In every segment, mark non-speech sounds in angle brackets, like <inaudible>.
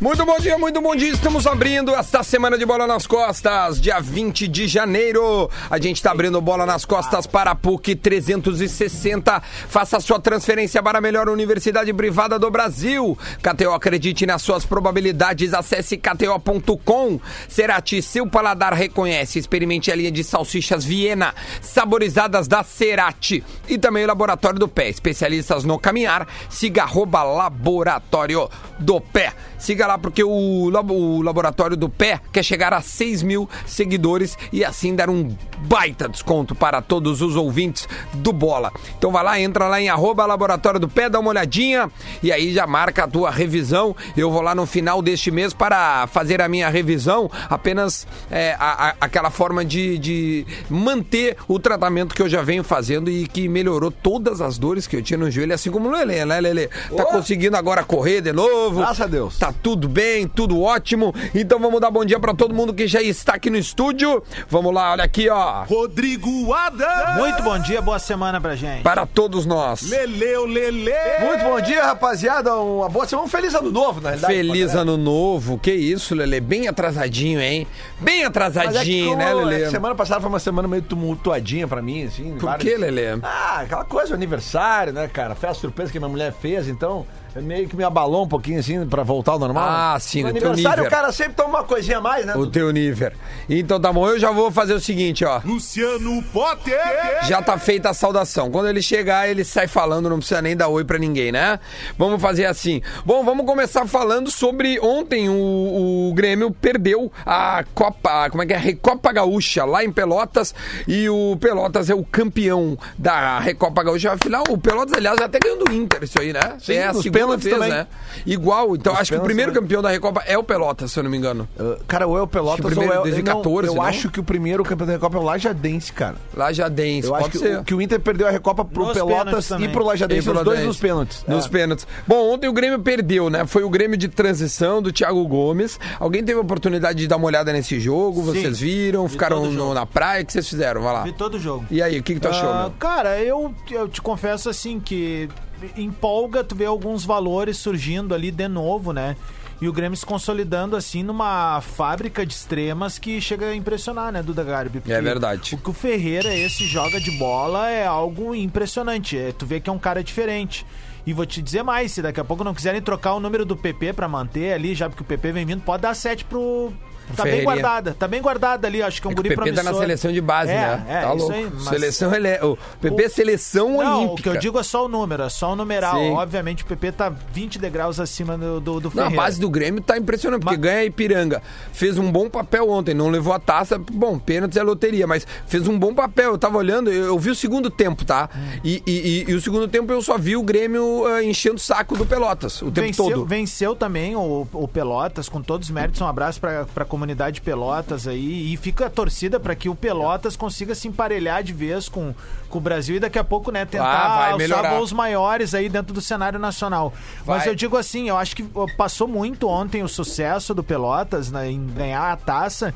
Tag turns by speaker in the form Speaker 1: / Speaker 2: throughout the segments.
Speaker 1: Muito bom dia, muito bom dia. Estamos abrindo esta semana de Bola nas Costas, dia 20 de janeiro. A gente está abrindo Bola nas Costas para a PUC 360. Faça sua transferência para a melhor universidade privada do Brasil. KTO acredite nas suas probabilidades. Acesse kto.com. Cerati, seu paladar reconhece. Experimente a linha de salsichas Viena, saborizadas da Cerati. E também o Laboratório do Pé, especialistas no caminhar. Siga arroba Laboratório do Pé. Siga lá porque o, labo- o Laboratório do Pé quer chegar a 6 mil seguidores e assim dar um baita desconto para todos os ouvintes do Bola. Então vai lá, entra lá em arroba Laboratório do Pé, dá uma olhadinha e aí já marca a tua revisão. Eu vou lá no final deste mês para fazer a minha revisão, apenas é, a- a- aquela forma de, de manter o tratamento que eu já venho fazendo e que melhorou todas as dores que eu tinha no joelho, assim como o Lelê, né, Lelê? Tá conseguindo agora correr de novo.
Speaker 2: Graças a Deus.
Speaker 1: Tá tudo bem, tudo ótimo. Então vamos dar bom dia pra todo mundo que já está aqui no estúdio. Vamos lá, olha aqui, ó.
Speaker 2: Rodrigo Adam.
Speaker 3: Muito bom dia, boa semana pra gente.
Speaker 1: Para todos nós.
Speaker 2: Leleu, Lele. Muito bom dia, rapaziada. Uma boa semana. Um feliz ano novo, na realidade. é-
Speaker 1: Feliz
Speaker 2: pra
Speaker 1: ano novo. Que isso, Lelê? Bem atrasadinho, hein? Bem
Speaker 2: galera. Mas é que
Speaker 1: atrasadinho,
Speaker 2: como
Speaker 1: né, Lelê?
Speaker 2: a Semana passada foi uma semana meio tumultuadinha pra mim, assim.
Speaker 1: Por
Speaker 2: vários-
Speaker 1: que, Lelê?
Speaker 2: Ah, aquela coisa, aniversário, né, cara? Festa surpresa que minha mulher fez, então meio que me abalou um pouquinho, assim, pra voltar ao normal.
Speaker 1: Ah, sim,
Speaker 2: No
Speaker 1: no teu
Speaker 2: aniversário
Speaker 1: nível.
Speaker 2: o cara sempre toma uma coisinha a mais, né?
Speaker 1: O teu nível. Então tá bom, eu já vou fazer o seguinte, ó.
Speaker 4: Luciano Potter.
Speaker 1: Já tá feita a saudação. Quando ele chegar, ele sai falando, não precisa nem dar oi pra ninguém, né? Vamos fazer assim. Bom, vamos começar falando sobre ontem o, o Grêmio perdeu a Copa, como é que é? Recopa Gaúcha, lá em Pelotas, e o Pelotas é o campeão da Recopa Gaúcha. Afinal, o Pelotas, aliás, até ganhou do Inter isso aí, né?
Speaker 2: Sim,
Speaker 1: é a
Speaker 2: nos
Speaker 1: segunda
Speaker 2: pênaltis
Speaker 1: vez,
Speaker 2: também.
Speaker 1: né? Igual, então
Speaker 2: Nos
Speaker 1: acho que o
Speaker 2: pênaltis
Speaker 1: primeiro
Speaker 2: também.
Speaker 1: campeão da Recopa é o Pelotas, se eu não me engano.
Speaker 2: Uh, Cara, ou é o Pelotas
Speaker 1: Acho que o primeiro
Speaker 2: ou é o...
Speaker 1: desde
Speaker 2: não,
Speaker 1: 14,
Speaker 2: eu
Speaker 1: não?
Speaker 2: acho que o primeiro campeão da Recopa é o Lajadense, cara.
Speaker 1: Lajadense,
Speaker 2: Eu acho
Speaker 1: pode
Speaker 2: que,
Speaker 1: ser.
Speaker 2: o- que o Inter perdeu a Recopa pro
Speaker 3: Nos pênaltis
Speaker 2: Pelotas e
Speaker 3: também.
Speaker 2: pro Lajadense,
Speaker 1: E pro
Speaker 2: os dois
Speaker 1: Lajadense.
Speaker 2: nos pênaltis.
Speaker 1: Nos
Speaker 2: É.
Speaker 1: pênaltis. Bom, ontem o Grêmio perdeu, né? Foi o Grêmio de transição do Thiago Gomes. Alguém teve a oportunidade de dar uma olhada nesse jogo? Vocês viram? Ficaram
Speaker 3: todo o
Speaker 1: no-
Speaker 3: jogo.
Speaker 1: na praia? O que vocês fizeram? Vai lá.
Speaker 3: Vi todo o jogo.
Speaker 1: E aí, o que, tá que tu achou,
Speaker 3: Ah,
Speaker 1: meu? É
Speaker 3: Cara, eu, eu te confesso assim que empolga tu ver alguns valores surgindo ali de novo, né? E o Grêmio se consolidando assim numa fábrica de extremas que chega a impressionar, né, Duda Garbi? Porque
Speaker 1: É verdade.
Speaker 3: O que o Ferreira esse joga de bola é algo impressionante. É, tu vê que é um cara diferente. E vou te dizer mais, se daqui a pouco não quiserem trocar o número do PP pra manter ali, já porque o PP vem vindo, pode dar 7 pro Tá bem
Speaker 1: Ferreirinha.
Speaker 3: guardada, tá bem guardada ali, acho que é um
Speaker 1: É que o
Speaker 3: guri
Speaker 1: PP
Speaker 3: promissor.
Speaker 1: tá na seleção de base,
Speaker 3: É,
Speaker 1: né?
Speaker 3: É,
Speaker 1: tá
Speaker 3: isso
Speaker 1: louco.
Speaker 3: aí, mas-
Speaker 1: Seleção ele... O PP é seleção
Speaker 3: não,
Speaker 1: olímpica.
Speaker 3: o que eu digo é só o número, é só o numeral.
Speaker 1: Sim.
Speaker 3: Obviamente o PP tá 20 degraus acima do, do, do
Speaker 1: Não, a
Speaker 3: Ferreira.
Speaker 1: base do Grêmio tá impressionante, porque
Speaker 3: Mas-
Speaker 1: ganha a Ipiranga. Fez um bom papel ontem, não levou a taça. Bom, pênaltis é loteria, mas fez um bom papel. Eu tava olhando, eu, eu vi o segundo tempo, tá?
Speaker 3: Hum.
Speaker 1: E, e- e- e o segundo tempo eu só vi o Grêmio ah, enchendo o saco do Pelotas o tempo
Speaker 3: venceu,
Speaker 1: todo.
Speaker 3: venceu também o, o Pelotas, com todos os méritos. Um abraço pra, pra comunidade Pelotas aí. E fica a torcida pra que o Pelotas consiga se emparelhar de vez com, com o Brasil e daqui a pouco, né, tentar
Speaker 1: Ah, vai
Speaker 3: alçar
Speaker 1: melhorar.
Speaker 3: gols maiores aí dentro do cenário nacional. Mas
Speaker 1: Vai.
Speaker 3: eu digo assim, eu acho que ó, passou muito ontem o sucesso do Pelotas né, em ganhar a taça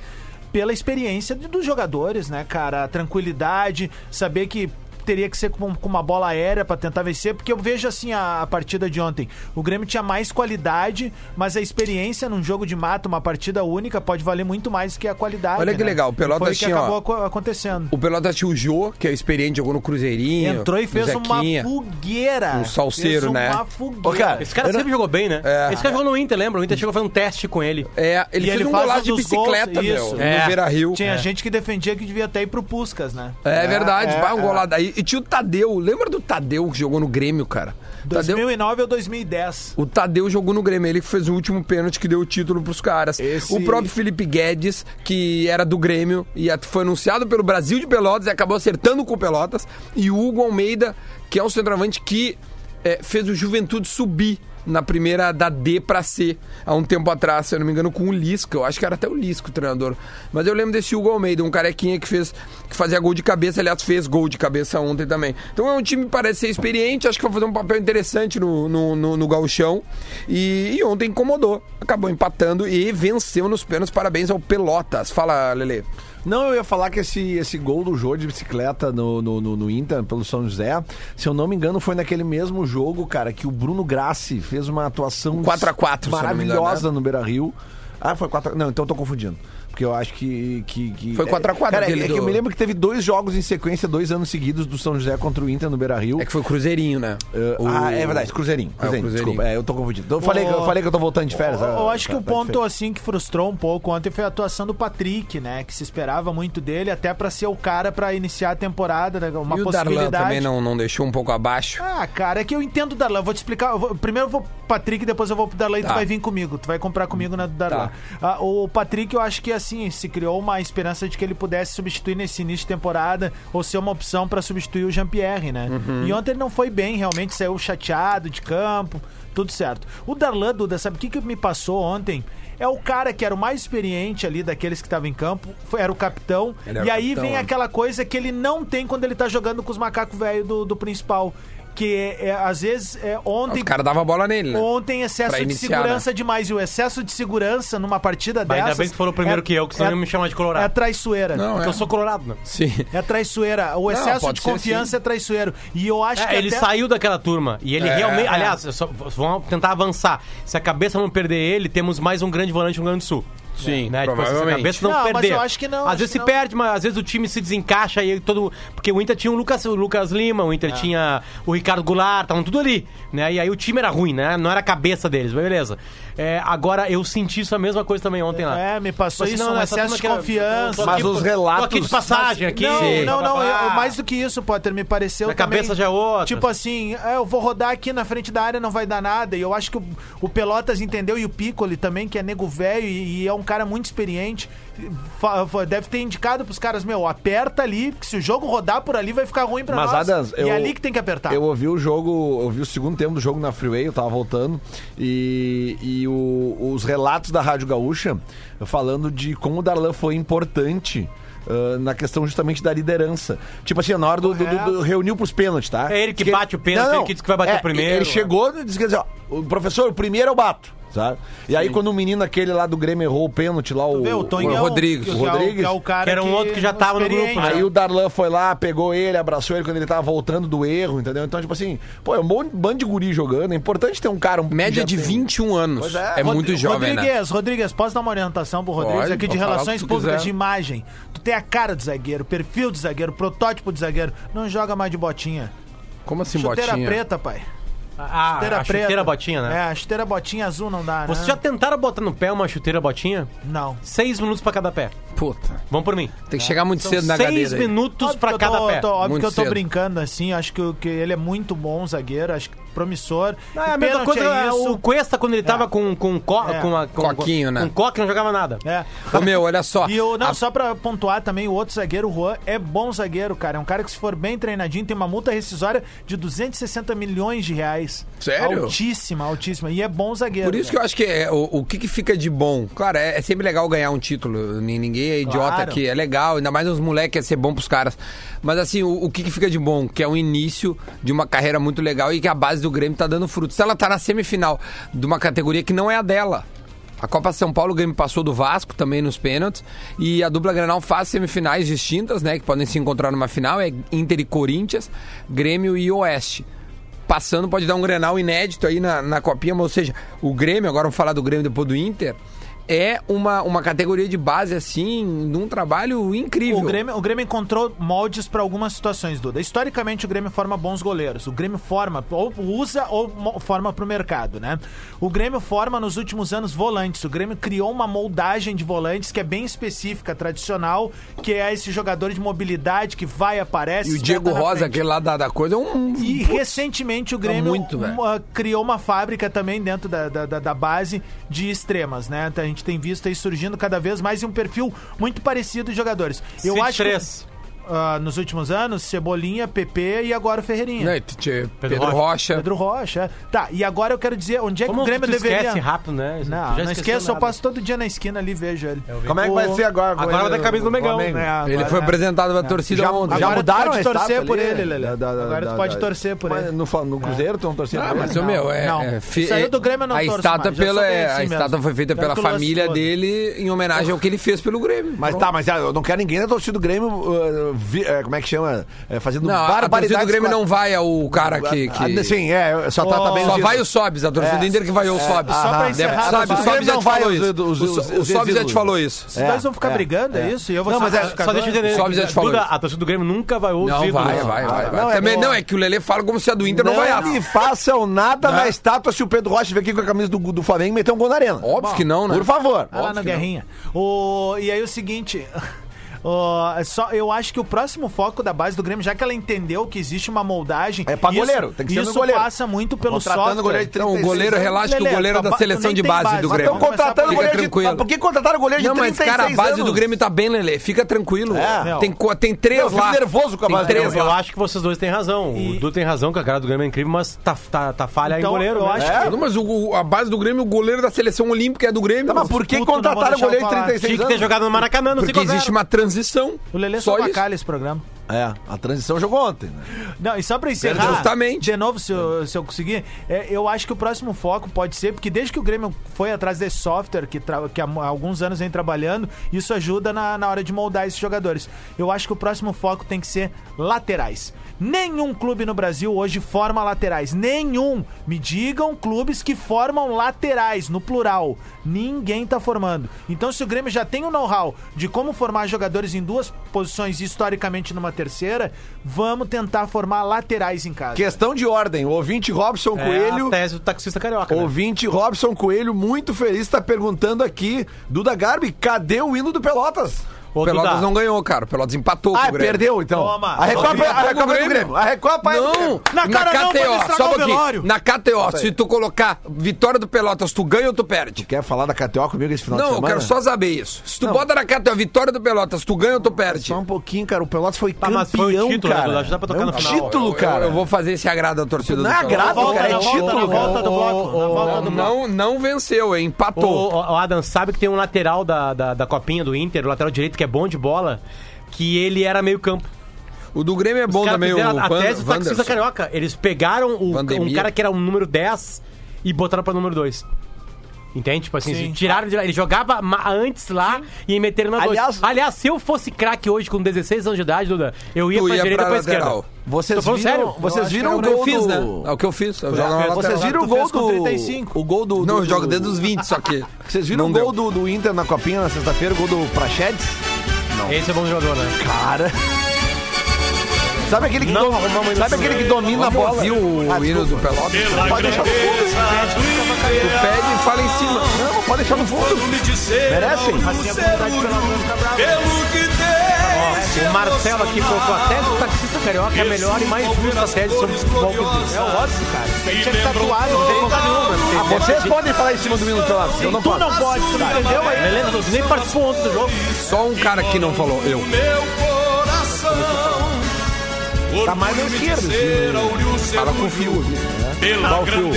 Speaker 3: pela experiência de- dos jogadores, né, cara? A tranquilidade, saber que teria que ser com, com uma bola aérea pra tentar vencer, porque eu vejo assim a, a partida de ontem. O Grêmio tinha mais qualidade, mas a experiência num jogo de mata, uma partida única, pode valer muito mais que a qualidade.
Speaker 1: Olha que
Speaker 3: né?
Speaker 1: legal, o Pelotas
Speaker 3: Foi o que
Speaker 1: tinha, ó,
Speaker 3: acabou aco- acontecendo.
Speaker 1: O Pelotas tinha o Jô, que é experiente, jogou no Cruzeirinho.
Speaker 3: Entrou e
Speaker 1: no
Speaker 3: fez uma
Speaker 1: Zequinha.
Speaker 3: fogueira.
Speaker 1: Um salseiro,
Speaker 3: Fez uma
Speaker 1: né?
Speaker 3: fogueira.
Speaker 2: Ô, cara,
Speaker 5: Esse cara
Speaker 2: Eu não-
Speaker 5: sempre jogou bem, né?
Speaker 1: É.
Speaker 5: Esse cara jogou no Inter, lembra? O Inter chegou a fazer um teste com ele.
Speaker 1: É, ele
Speaker 3: E
Speaker 1: fez
Speaker 3: ele
Speaker 1: um
Speaker 3: faz
Speaker 1: golaço
Speaker 3: um
Speaker 1: de
Speaker 3: dos gols,
Speaker 1: bicicleta,
Speaker 3: isso.
Speaker 1: meu, no
Speaker 5: É.
Speaker 1: Beira Rio.
Speaker 3: Tinha gente que defendia que devia até ir pro Puscas, né?
Speaker 1: É verdade,
Speaker 3: é,
Speaker 1: vai um
Speaker 3: é.
Speaker 1: golado aí. E tinha o Tadeu, lembra do Tadeu que jogou no Grêmio, cara? Tadeu,
Speaker 3: 2009 ou
Speaker 2: Tá
Speaker 3: 2010.
Speaker 1: O Tadeu jogou no Grêmio, ele que fez o último pênalti que deu o título pros caras.
Speaker 2: Esse-
Speaker 1: O próprio Felipe Guedes, que era do Grêmio e at- foi anunciado pelo Brasil de Pelotas e acabou acertando com o Pelotas. E o Hugo Almeida, que é um centroavante que eh, fez o Juventude subir na primeira da D pra C há um tempo atrás, se eu não me engano, com o Lisca. Eu acho que era até o Lisca o treinador. Mas eu lembro desse Hugo Almeida, um carequinha que fez que fazia gol de cabeça, aliás, fez gol de cabeça ontem também. Então é um time que parece ser experiente, acho que vai fazer um papel interessante no, no, no, no gauchão. E, e ontem incomodou, acabou empatando e venceu nos pênaltis. Parabéns ao Pelotas. Fala, Lele.
Speaker 2: Não, eu ia falar que esse, esse gol do Jô de bicicleta no, no, no- no Inter, pelo São José, se eu não me engano, foi naquele mesmo jogo, cara, que o Bruno Grassi fez uma
Speaker 1: Um
Speaker 2: atuação
Speaker 1: 4x4, se eu não me engano, né?
Speaker 2: maravilhosa no Beira Rio. Ah, foi 4 Não, então eu tô confundindo. Porque eu acho que. que, que-
Speaker 1: Foi 4x4
Speaker 2: Cara, é,
Speaker 1: aquele
Speaker 2: é que
Speaker 1: do-
Speaker 2: eu me lembro que teve dois jogos em sequência, dois anos seguidos, do São José contra o Inter no Beira Rio.
Speaker 1: É que foi o Cruzeirinho, né? O-
Speaker 2: Ah, é verdade, Cruzeirinho.
Speaker 1: Ah, é o
Speaker 2: Cruzeirinho,
Speaker 1: Cruzeirinho.
Speaker 2: Desculpa, é, eu tô confundindo. Eu falei, que- eu falei que eu tô voltando de férias.
Speaker 3: Eu, eu
Speaker 2: ah,
Speaker 3: acho que
Speaker 2: tá,
Speaker 3: o
Speaker 2: tá de
Speaker 3: ponto
Speaker 2: férias.
Speaker 3: assim que frustrou um pouco ontem foi a atuação do Patrick, né? Que se esperava muito dele, até pra ser o cara pra iniciar a temporada, né? Uma
Speaker 1: e o Darlan
Speaker 3: possibilidade.
Speaker 1: também não, não deixou um pouco abaixo.
Speaker 3: Ah, cara, é que eu entendo o Darlan. Eu Vou te explicar. Eu vou- primeiro eu vou pro Patrick, depois eu vou pro Darlan e
Speaker 1: Tá.
Speaker 3: tu vai vir comigo. Tu vai comprar comigo na do Darlan.
Speaker 1: Tá.
Speaker 3: Ah, o Patrick, eu acho que assim, se criou uma esperança de que ele pudesse substituir nesse início de temporada ou ser uma opção pra substituir o Jean-Pierre, né?
Speaker 1: Uhum.
Speaker 3: E ontem ele não foi bem, realmente saiu chateado de campo, tudo certo. O Darlan, Duda, sabe o que, que me passou ontem? É o cara que era o mais experiente ali daqueles que estavam em campo, foi- era o capitão.
Speaker 1: Ele era
Speaker 3: e
Speaker 1: o
Speaker 3: aí
Speaker 1: capitão,
Speaker 3: vem
Speaker 1: né?
Speaker 3: aquela aquela coisa que ele não tem quando ele tá jogando com os macacos velho do, do principal. Que é, é, às vezes é, ontem.
Speaker 1: Os caras davam bola nele, né?
Speaker 3: Ontem excesso
Speaker 1: Pra
Speaker 3: de
Speaker 1: iniciar, né?
Speaker 3: segurança demais. E o excesso de segurança numa partida
Speaker 5: Mas
Speaker 3: dessas...
Speaker 5: ainda bem que tu falou primeiro
Speaker 3: é-
Speaker 5: que eu, que senão
Speaker 3: é,
Speaker 5: iam me chamar de
Speaker 3: é
Speaker 5: colorado.
Speaker 3: traiçoeira.
Speaker 1: Não,
Speaker 5: Porque
Speaker 1: é.
Speaker 5: eu sou colorado, né?
Speaker 1: Sim.
Speaker 3: É traiçoeira. O excesso
Speaker 1: pode
Speaker 3: de
Speaker 1: ser,
Speaker 3: confiança é traiçoeiro. E eu acho que
Speaker 5: É, ele
Speaker 3: até-
Speaker 5: saiu daquela turma. E ele
Speaker 1: É,
Speaker 5: realmente.
Speaker 1: é.
Speaker 5: Aliás, eu só- vamos tentar avançar. Se a cabeça não perder ele, temos mais um grande volante no Rio Grande do Sul.
Speaker 1: Sim,
Speaker 5: Né? Tipo, se a
Speaker 1: provavelmente.
Speaker 5: cabeça não,
Speaker 3: Não, mas
Speaker 5: perder.
Speaker 3: eu acho que não,
Speaker 5: Às
Speaker 3: acho
Speaker 5: vezes
Speaker 3: que
Speaker 5: se
Speaker 3: não.
Speaker 5: perde, mas às vezes o time se desencaixa e todo. Porque o Inter tinha o Lucas, o Lucas Lima, o Inter
Speaker 3: É.
Speaker 5: tinha o Ricardo Goulart, estavam tudo ali. Né? E aí o time era ruim, né? Não era a cabeça deles, mas beleza. É, agora eu senti isso a mesma coisa também ontem lá.
Speaker 3: É, me passou
Speaker 5: Assim,
Speaker 3: isso,
Speaker 5: não,
Speaker 3: um
Speaker 5: essa
Speaker 3: excesso
Speaker 5: turma
Speaker 3: de
Speaker 5: que era-
Speaker 3: confiança.
Speaker 5: tô
Speaker 2: Mas os
Speaker 5: tô
Speaker 2: relatos-
Speaker 5: aqui de passagem aqui.
Speaker 3: Não,
Speaker 1: Sim.
Speaker 3: não, não.
Speaker 5: blá, blá,
Speaker 3: eu-
Speaker 5: blá.
Speaker 3: mais do que isso, Potter, me pareceu.
Speaker 5: Minha cabeça
Speaker 3: também-
Speaker 5: já é outra.
Speaker 3: Tipo assim, é, eu vou rodar aqui na frente da área, não vai dar nada. E eu acho que o, o Pelotas entendeu, e o Piccoli também, que é nego velho e, e é um cara muito experiente. fa- fa- Deve ter indicado pros caras, meu, aperta ali, porque se o jogo rodar por ali vai ficar ruim pra
Speaker 2: Mas,
Speaker 3: nós.
Speaker 2: Adams,
Speaker 3: e é ali que tem que
Speaker 5: Tá.
Speaker 3: apertar.
Speaker 2: Eu ouvi o jogo, eu ouvi o segundo tempo do jogo na Freeway, eu tava voltando, e, e o- os relatos da Rádio Gaúcha falando de como o Darlan foi importante. ah, na questão justamente da liderança. Tipo assim, na hora do, do, do, do reuniu pros pênaltis, tá? é,
Speaker 5: É ele que bate o pênalti, ele que diz que vai bater o primeiro. né?
Speaker 2: Ele chegou e disse que assim, ó, o professor, o primeiro eu bato. Sabe? E aí, quando o menino aquele lá do Grêmio errou o pênalti lá, o,
Speaker 3: Vê, o Tonhão,
Speaker 1: o Rodrigues.
Speaker 3: que é o- que é o
Speaker 2: Rodrigues.
Speaker 3: cara
Speaker 5: Que era um outro que já tava no grupo, né?
Speaker 2: Aí o Darlan foi lá, pegou ele, abraçou ele quando ele tava voltando do erro, entendeu? Então, tipo assim, pô, é um bom bando de guri jogando. É importante ter um cara. Um
Speaker 1: Média
Speaker 2: já
Speaker 1: de
Speaker 2: tem-
Speaker 1: 21 anos.
Speaker 2: Pois
Speaker 1: É,
Speaker 2: é.
Speaker 1: muito jovem, né?
Speaker 3: Rodrigues, Rodrigues, posso dar uma orientação pro Rodrigues
Speaker 1: Pode,
Speaker 3: aqui de
Speaker 1: pode falar o
Speaker 3: relações
Speaker 1: que tu
Speaker 3: públicas
Speaker 1: quiser.
Speaker 3: de imagem? Tu tem a cara do zagueiro, perfil do zagueiro, protótipo do zagueiro. Não joga mais de botinha.
Speaker 1: Como assim,
Speaker 3: Chuteira
Speaker 1: botinha?
Speaker 3: preta, pai.
Speaker 5: Ah,
Speaker 3: Chuteira
Speaker 5: a
Speaker 3: preta.
Speaker 5: chuteira botinha, né?
Speaker 3: É, a chuteira botinha azul não dá,
Speaker 5: Vocês
Speaker 3: né?
Speaker 5: já tentaram botar no pé uma chuteira botinha?
Speaker 3: Não.
Speaker 5: Seis minutos pra cada pé.
Speaker 1: Puta.
Speaker 5: Vamos por mim.
Speaker 1: Tem que chegar muito cedo na cadeira.
Speaker 5: Seis
Speaker 1: aí.
Speaker 5: minutos
Speaker 3: Óbvio que
Speaker 5: pra
Speaker 3: eu
Speaker 5: cada
Speaker 3: tô,
Speaker 5: pé.
Speaker 3: tô- óbvio
Speaker 1: Muito
Speaker 3: que eu tô
Speaker 1: cedo.
Speaker 3: brincando, assim. Acho que, o- que ele é muito bom zagueiro, acho que promissor.
Speaker 5: Não, é a mesma
Speaker 3: Pênalti
Speaker 5: coisa,
Speaker 3: é
Speaker 5: é
Speaker 3: isso.
Speaker 5: o Cuesta quando ele tava com, com, co,
Speaker 3: É.
Speaker 5: com, a, com
Speaker 1: Coquinho, né?
Speaker 5: Com coque não jogava nada.
Speaker 3: É.
Speaker 1: Ô, meu, olha só.
Speaker 3: E o, não,
Speaker 1: a-
Speaker 3: só pra pontuar também, o outro zagueiro, o Juan, é bom zagueiro, cara. É um cara que, se for bem treinadinho, tem uma multa rescisória de 260 milhões de reais.
Speaker 1: Sério?
Speaker 3: Altíssima, altíssima. E é bom zagueiro.
Speaker 1: Por isso que eu acho que é, o, o que, que fica de bom. Claro, é, é sempre legal ganhar um título. nin- Ninguém é idiota
Speaker 3: Claro.
Speaker 1: aqui. É legal, ainda mais os moleques, é ser bom pros caras. Mas assim, o, o que, que fica de bom? Que é o início de uma carreira muito legal e que a base do Grêmio tá dando frutos. Ela tá na semifinal de uma categoria que não é a dela. A Copa São Paulo, o Grêmio passou do Vasco também nos pênaltis. E a dupla Granal faz semifinais distintas, né? Que podem se encontrar numa final. É Inter e Corinthians, Grêmio e Oeste passando, pode dar um Grenal inédito aí na, na copinha, mas, ou seja, o Grêmio, agora vamos falar do Grêmio depois do Inter, é uma, uma categoria de base, assim, de um trabalho incrível.
Speaker 3: O Grêmio, o Grêmio encontrou moldes para algumas situações, Duda. Historicamente, o Grêmio forma bons goleiros. O Grêmio forma, ou usa ou mo- forma para o mercado, né? O Grêmio forma nos últimos anos volantes. O Grêmio criou uma moldagem de volantes que é bem específica, tradicional, que é esse jogador de mobilidade que vai, aparece.
Speaker 1: E o
Speaker 3: espeta
Speaker 1: Diego
Speaker 3: na
Speaker 1: Rosa,
Speaker 3: frente.
Speaker 1: aquele lá da, da coisa, é um...
Speaker 3: E recentemente o
Speaker 5: tá
Speaker 3: Grêmio
Speaker 1: muito, velho.
Speaker 3: uma- criou uma fábrica também dentro da, da, da- da base de extremas, né? A gente tem visto aí surgindo cada vez mais um perfil muito parecido de jogadores. Eu
Speaker 5: Cid
Speaker 3: acho que-
Speaker 5: três.
Speaker 3: ah, nos últimos anos, Cebolinha, PP e agora o Ferreirinha.
Speaker 1: Não, e né, t- t- Pedro,
Speaker 5: Rocha.
Speaker 1: Rocha.
Speaker 3: Pedro Rocha. é. Tá, e agora eu quero dizer onde é que
Speaker 5: Como
Speaker 3: o Grêmio
Speaker 5: tu esquece
Speaker 3: deveria.
Speaker 5: rápido, né? Tu
Speaker 3: Não,
Speaker 5: já
Speaker 3: não
Speaker 5: esqueceu
Speaker 3: esqueço, eu
Speaker 5: nada.
Speaker 3: passo todo dia na esquina ali e vejo ele.
Speaker 2: Como é que vai ser agora?
Speaker 5: Agora vai dar camisa do Mengão.
Speaker 3: É, agora-
Speaker 1: Ele foi
Speaker 3: é.
Speaker 1: apresentado pra torcida
Speaker 2: Já,
Speaker 1: ontem.
Speaker 2: já
Speaker 3: Agora tu
Speaker 2: mudaram
Speaker 3: pode
Speaker 2: a
Speaker 3: torcer
Speaker 2: estátua
Speaker 3: por
Speaker 2: ali?
Speaker 3: ele, Lelê. Agora tu pode torcer por
Speaker 2: Mas
Speaker 3: ele. É.
Speaker 2: No, fa- no Cruzeiro estão torcendo
Speaker 1: Ah,
Speaker 2: por
Speaker 1: mas
Speaker 2: ele?
Speaker 1: o meu, é.
Speaker 3: não.
Speaker 1: é fi-
Speaker 3: Saiu
Speaker 1: é-
Speaker 3: do Grêmio, eu não
Speaker 1: a
Speaker 3: torço
Speaker 1: estátua
Speaker 3: mais, já
Speaker 1: pela,
Speaker 3: sou bem
Speaker 1: é,
Speaker 3: assim
Speaker 1: A
Speaker 3: mesmo.
Speaker 1: estátua foi feita
Speaker 3: Quero
Speaker 1: pela
Speaker 3: que o lance
Speaker 1: família
Speaker 3: todo.
Speaker 1: dele em homenagem ao que ele fez pelo Grêmio.
Speaker 2: Mas tá, mas ah, eu não quero ninguém da torcida do Grêmio, uh, vi- eh, como é que chama? Eh, fazendo
Speaker 1: Não, a- a torcida
Speaker 2: barbaridades.
Speaker 1: do Grêmio
Speaker 2: com a-
Speaker 1: não vai ao cara que. que-
Speaker 2: Ah, sim, é, só trata bem
Speaker 1: Só
Speaker 2: os
Speaker 1: vai o
Speaker 2: ídolos.
Speaker 1: Sobs, a torcida
Speaker 2: É,
Speaker 1: do Inter que vai o Sobs.
Speaker 5: Ah,
Speaker 3: só pra
Speaker 1: Deve-
Speaker 3: encerrar,
Speaker 1: sabe,
Speaker 3: só-
Speaker 1: o Sobs já
Speaker 2: não
Speaker 1: te
Speaker 2: vai
Speaker 1: falou
Speaker 2: os-
Speaker 1: isso.
Speaker 2: os-
Speaker 1: O So-
Speaker 2: os-
Speaker 1: O
Speaker 2: os
Speaker 1: Sobs já
Speaker 2: ex-ídolos.
Speaker 1: te falou isso.
Speaker 3: Os dois vão ficar brigando, é, isso? E eu vou
Speaker 2: Não,
Speaker 3: ser
Speaker 2: mas é-
Speaker 3: classificador?
Speaker 5: Ah, Só deixa eu entender.
Speaker 1: Só avisar de falar
Speaker 5: Duda,
Speaker 1: isso.
Speaker 5: a torcida do Grêmio nunca vai ouvir.
Speaker 1: Não, vai, vai, vai. vai.
Speaker 2: Não, é
Speaker 1: Também
Speaker 2: bom.
Speaker 1: não, é que o Lelê fala como se a do Inter não,
Speaker 2: Não,
Speaker 1: vai
Speaker 2: me façam nada na estátua se o Pedro Rocha vier aqui com a camisa do, do Flamengo e meter um gol na arena.
Speaker 1: Óbvio que não, né?
Speaker 2: Por favor.
Speaker 3: Ah, lá na guerrinha. O, e aí o seguinte. <laughs> o- é só, eu acho que o próximo foco da base do Grêmio, já que ela entendeu que existe uma moldagem.
Speaker 2: É pra goleiro, tem que ser no
Speaker 3: isso
Speaker 2: goleiro.
Speaker 3: passa muito pelo
Speaker 2: Contratando
Speaker 3: software.
Speaker 2: goleiro de
Speaker 1: Então, o goleiro, relaxa que o
Speaker 3: Lelê,
Speaker 1: goleiro é da
Speaker 3: tu
Speaker 1: seleção
Speaker 3: nem
Speaker 1: de
Speaker 3: tem
Speaker 1: base
Speaker 3: base,
Speaker 1: do
Speaker 3: mas
Speaker 1: Grêmio.
Speaker 2: Estão
Speaker 3: Vamos começar
Speaker 2: contratando
Speaker 3: por-
Speaker 2: o goleiro
Speaker 1: Fica
Speaker 2: de...
Speaker 1: tranquilo.
Speaker 2: Mas Por que contrataram o goleiro de
Speaker 1: Não, mas
Speaker 2: 36
Speaker 1: cara, a base
Speaker 2: anos?
Speaker 1: do Grêmio tá bem, Lelê. Fica tranquilo.
Speaker 2: É.
Speaker 1: Tem, co- tem três
Speaker 2: Eu fico
Speaker 1: lá.
Speaker 2: nervoso com a
Speaker 1: Tem
Speaker 2: base do
Speaker 1: três
Speaker 5: Eu, eu
Speaker 1: lá.
Speaker 5: acho que vocês dois têm razão.
Speaker 3: E-
Speaker 5: O Duda tem razão, que a cara do Grêmio é incrível, mas tá, tá, tá falha
Speaker 3: Então,
Speaker 5: em goleiro.
Speaker 3: eu
Speaker 5: né?
Speaker 3: acho
Speaker 2: É.
Speaker 1: Não, mas o- o- a base do Grêmio, o goleiro da seleção olímpica é do Grêmio.
Speaker 2: Tá, mas por que
Speaker 3: Puto, não vou
Speaker 2: contrataram o
Speaker 3: deixar eu
Speaker 2: goleiro de
Speaker 3: falar.
Speaker 2: 36
Speaker 5: Tinha que
Speaker 2: anos?
Speaker 5: ter jogado no Maracanã, não sei
Speaker 1: Porque existe uma transição.
Speaker 3: O Lelê só
Speaker 1: só isso.
Speaker 3: bacalha esse programa.
Speaker 2: É, a transição jogou ontem. né?
Speaker 3: Não, e só pra encerrar,
Speaker 1: Justamente.
Speaker 3: de novo, se eu, se eu conseguir, é, eu acho que o próximo foco pode ser, porque desde que o Grêmio foi atrás desse software, que, tra- que há mu- há alguns anos vem trabalhando, isso ajuda na, na hora de moldar esses jogadores. Eu acho que o próximo foco tem que ser laterais. Nenhum clube no Brasil hoje forma laterais. Nenhum. Me digam clubes que formam laterais, no plural. Ninguém tá formando. Então, se o Grêmio já tem o know-how de como formar jogadores em duas posições, e historicamente numa terceira, vamos tentar formar laterais em casa.
Speaker 2: Questão de ordem. O ouvinte Robson Coelho...
Speaker 5: É a tese do taxista carioca. né?
Speaker 2: Ouvinte Robson Coelho, muito feliz, está perguntando aqui, Duda Garbi, cadê o hino do Pelotas?
Speaker 5: Ô,
Speaker 1: O Pelotas
Speaker 5: Duda,
Speaker 1: não ganhou, cara. O Pelotas empatou com
Speaker 2: Ah,
Speaker 1: o Grêmio.
Speaker 2: perdeu então.
Speaker 3: Toma.
Speaker 2: A Recopa,
Speaker 1: Empatou
Speaker 2: a
Speaker 1: com
Speaker 2: Recopa é do Grêmio. A Recopa é do
Speaker 1: Não,
Speaker 2: Grêmio.
Speaker 1: na,
Speaker 3: Na cara não, pode
Speaker 1: KTO,
Speaker 3: estragar
Speaker 1: só um
Speaker 3: o
Speaker 1: pouquinho.
Speaker 3: velório.
Speaker 1: Na KTO, se tu colocar vitória do Pelotas, tu ganha ou tu perde?
Speaker 2: Quer falar da KTO comigo esse final de
Speaker 1: Não, eu
Speaker 2: semana?
Speaker 1: quero só saber isso. Se tu bota na KTO, vitória do Pelotas, tu ganha ou tu perde?
Speaker 2: Só um pouquinho, cara. O Pelotas foi
Speaker 5: Tá,
Speaker 2: campeão,
Speaker 5: mas foi o título, né,
Speaker 2: cara.
Speaker 5: Duda? Acho que dá pra tocar
Speaker 2: é um
Speaker 5: no final.
Speaker 1: Eu-
Speaker 2: título,
Speaker 1: eu-
Speaker 2: cara.
Speaker 1: Eu, vou fazer esse agrado à torcida
Speaker 2: Não
Speaker 1: do
Speaker 2: é
Speaker 1: Pelotas.
Speaker 2: agrado,
Speaker 3: Volta,
Speaker 2: cara. É
Speaker 3: na volta,
Speaker 2: título,
Speaker 3: na volta
Speaker 2: cara.
Speaker 3: do bloco, na volta do bloco.
Speaker 1: Não, não venceu, hein?
Speaker 5: Ô,
Speaker 1: empatou.
Speaker 5: ô, ô, Adam, sabe que tem um lateral da, da, da copinha do Inter, o lateral direito, que é bom de bola, que ele era meio campo.
Speaker 1: O do Grêmio é bom
Speaker 5: Os caras
Speaker 1: também, o
Speaker 5: fizeram a
Speaker 1: Van-
Speaker 5: tese do taxista
Speaker 1: Wanderson.
Speaker 5: carioca. Eles pegaram o,
Speaker 1: Vandemir.
Speaker 5: um cara que era o número 10 e botaram pra número 2. Entende? Tipo assim, eles tiraram de lá. Ele jogava ma- antes lá e meteram na 2.
Speaker 2: Aliás-
Speaker 5: Aliás, se eu fosse craque hoje com 16 anos de idade, Duda, eu ia
Speaker 1: Tu
Speaker 5: pra
Speaker 1: ia
Speaker 5: direita
Speaker 1: pra
Speaker 5: ou pra
Speaker 1: lateral.
Speaker 5: esquerda. Tô
Speaker 2: Vocês
Speaker 5: falando
Speaker 2: viram,
Speaker 5: sério.
Speaker 2: Vocês viram
Speaker 1: É
Speaker 2: o
Speaker 1: o que eu
Speaker 2: gol
Speaker 1: fiz,
Speaker 2: do...
Speaker 1: né? É o que eu fiz. Eu jogo na lateral.
Speaker 2: Vocês viram o
Speaker 3: Tu
Speaker 2: gol
Speaker 3: fez com
Speaker 2: do...
Speaker 3: 35.
Speaker 2: O gol do...
Speaker 1: Não, eu
Speaker 2: do-
Speaker 1: jogo desde os 20, só que.
Speaker 2: Vocês viram o
Speaker 1: não
Speaker 2: gol
Speaker 1: deu.
Speaker 2: do, do Inter na Copinha na sexta-feira? O gol do Prachedes?
Speaker 5: Esse é bom jogador, né?
Speaker 2: Cara... Sabe aquele que,
Speaker 5: Não,
Speaker 2: dom-
Speaker 5: arrumamos ele
Speaker 2: Sabe aquele que domina a
Speaker 1: Vamos
Speaker 2: bola?
Speaker 1: ouvir o
Speaker 2: Ah,
Speaker 1: hino do
Speaker 2: desculpa.
Speaker 1: Pelotas.
Speaker 2: Pode deixar no fundo, hein?
Speaker 1: Tu pede e fala em cima.
Speaker 2: Não, pode deixar no fundo.
Speaker 3: É assim.
Speaker 2: Merecem?
Speaker 3: um é
Speaker 5: Ó, o Marcelo aqui colocou a tese do taxista carioca, é a melhor e mais justa
Speaker 3: um
Speaker 5: tese sobre o futebol que existe. É óbvio, cara.
Speaker 3: Tinha que tatuar, não tem coisa nenhuma.
Speaker 2: Ah, vocês podem falar em cima do hino do Pelotas. Eu não
Speaker 3: Tu
Speaker 2: posso. Tá,
Speaker 3: não pode, tu não entendeu aí?
Speaker 5: Beleza, Duda, nem participou ontem do jogo.
Speaker 1: Só um cara que não falou, eu.
Speaker 2: Tá mais na esquerda. esse hino.
Speaker 1: Fala com o Fio.
Speaker 2: Qual o fio?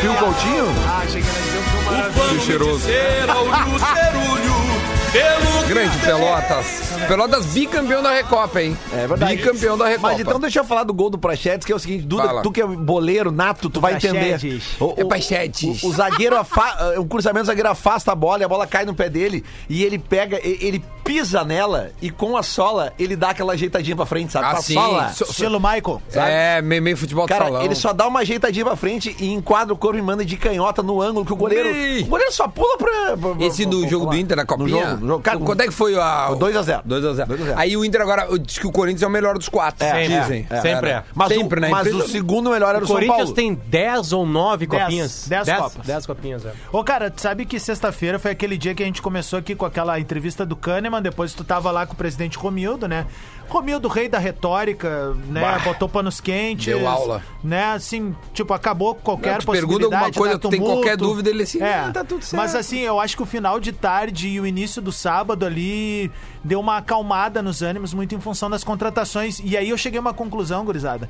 Speaker 2: Fio Coutinho?
Speaker 1: Fio cheiroso. Grande Pelotas. Pelotas bicampeão da Recopa, hein?
Speaker 2: É verdade.
Speaker 1: Bicampeão da Recopa.
Speaker 2: Mas então deixa eu falar do gol do Prachetes, que é o seguinte, Duda,
Speaker 1: Fala.
Speaker 2: tu que é boleiro nato, tu vai entender.
Speaker 3: Prachedes.
Speaker 2: O, o,
Speaker 1: É Prachedes.
Speaker 2: O, o zagueiro afa, o cruzamento do zagueiro afasta a bola, e a bola cai no pé dele e ele pega, e- ele pisa nela e com a sola ele dá aquela ajeitadinha pra frente, sabe? Com a
Speaker 1: Assim,
Speaker 2: sola.
Speaker 1: so-
Speaker 3: Estilo Michael.
Speaker 1: É, meio, meio futebol de
Speaker 2: Cara,
Speaker 1: salão.
Speaker 2: ele só dá uma ajeitadinha pra frente e enquadra o corpo e manda de canhota no ângulo que o goleiro.
Speaker 1: Ui.
Speaker 2: O goleiro só pula pra. pra- pra-
Speaker 1: Esse do
Speaker 2: pra-
Speaker 1: jogo
Speaker 2: pra-
Speaker 1: do Inter na Copinha?
Speaker 2: No jogo, no jogo. Cara,
Speaker 1: Quanto é que foi a...
Speaker 2: o 2x0.
Speaker 1: 2x0.
Speaker 2: 2x0.
Speaker 1: Aí o Inter agora diz que o Corinthians é o melhor dos quatro.
Speaker 2: É,
Speaker 1: dizem.
Speaker 5: é, é. Sempre é.
Speaker 2: Mas,
Speaker 1: Sempre,
Speaker 2: o,
Speaker 1: né?
Speaker 2: mas o
Speaker 1: Impressionante.
Speaker 2: segundo melhor era
Speaker 5: O
Speaker 2: o São
Speaker 5: Corinthians
Speaker 2: Paulo.
Speaker 5: tem 10 ou 9
Speaker 3: um Dez.
Speaker 5: copinhas?
Speaker 3: Dez copas.
Speaker 5: 10 copinhas, é.
Speaker 3: Ô, cara, tu sabe que sexta-feira foi aquele dia que a gente começou aqui com aquela entrevista do Kahneman Romildo, depois tu tava lá com o presidente Romildo, né? Romildo, rei da retórica, né?
Speaker 1: Bah.
Speaker 3: Botou panos quentes.
Speaker 1: Deu aula.
Speaker 3: Né? Assim, tipo, acabou com qualquer
Speaker 1: Tu pergunta
Speaker 3: possibilidade.
Speaker 1: alguma coisa,
Speaker 3: dá
Speaker 1: tu tem
Speaker 3: tumulto. É.
Speaker 1: qualquer dúvida, ele assim, "Ah, tá tudo
Speaker 3: Mas
Speaker 1: certo."
Speaker 3: assim, eu acho que o final de tarde e o início do sábado ali deu uma acalmada nos ânimos, muito em função das contratações. E aí eu cheguei a uma conclusão, gurizada.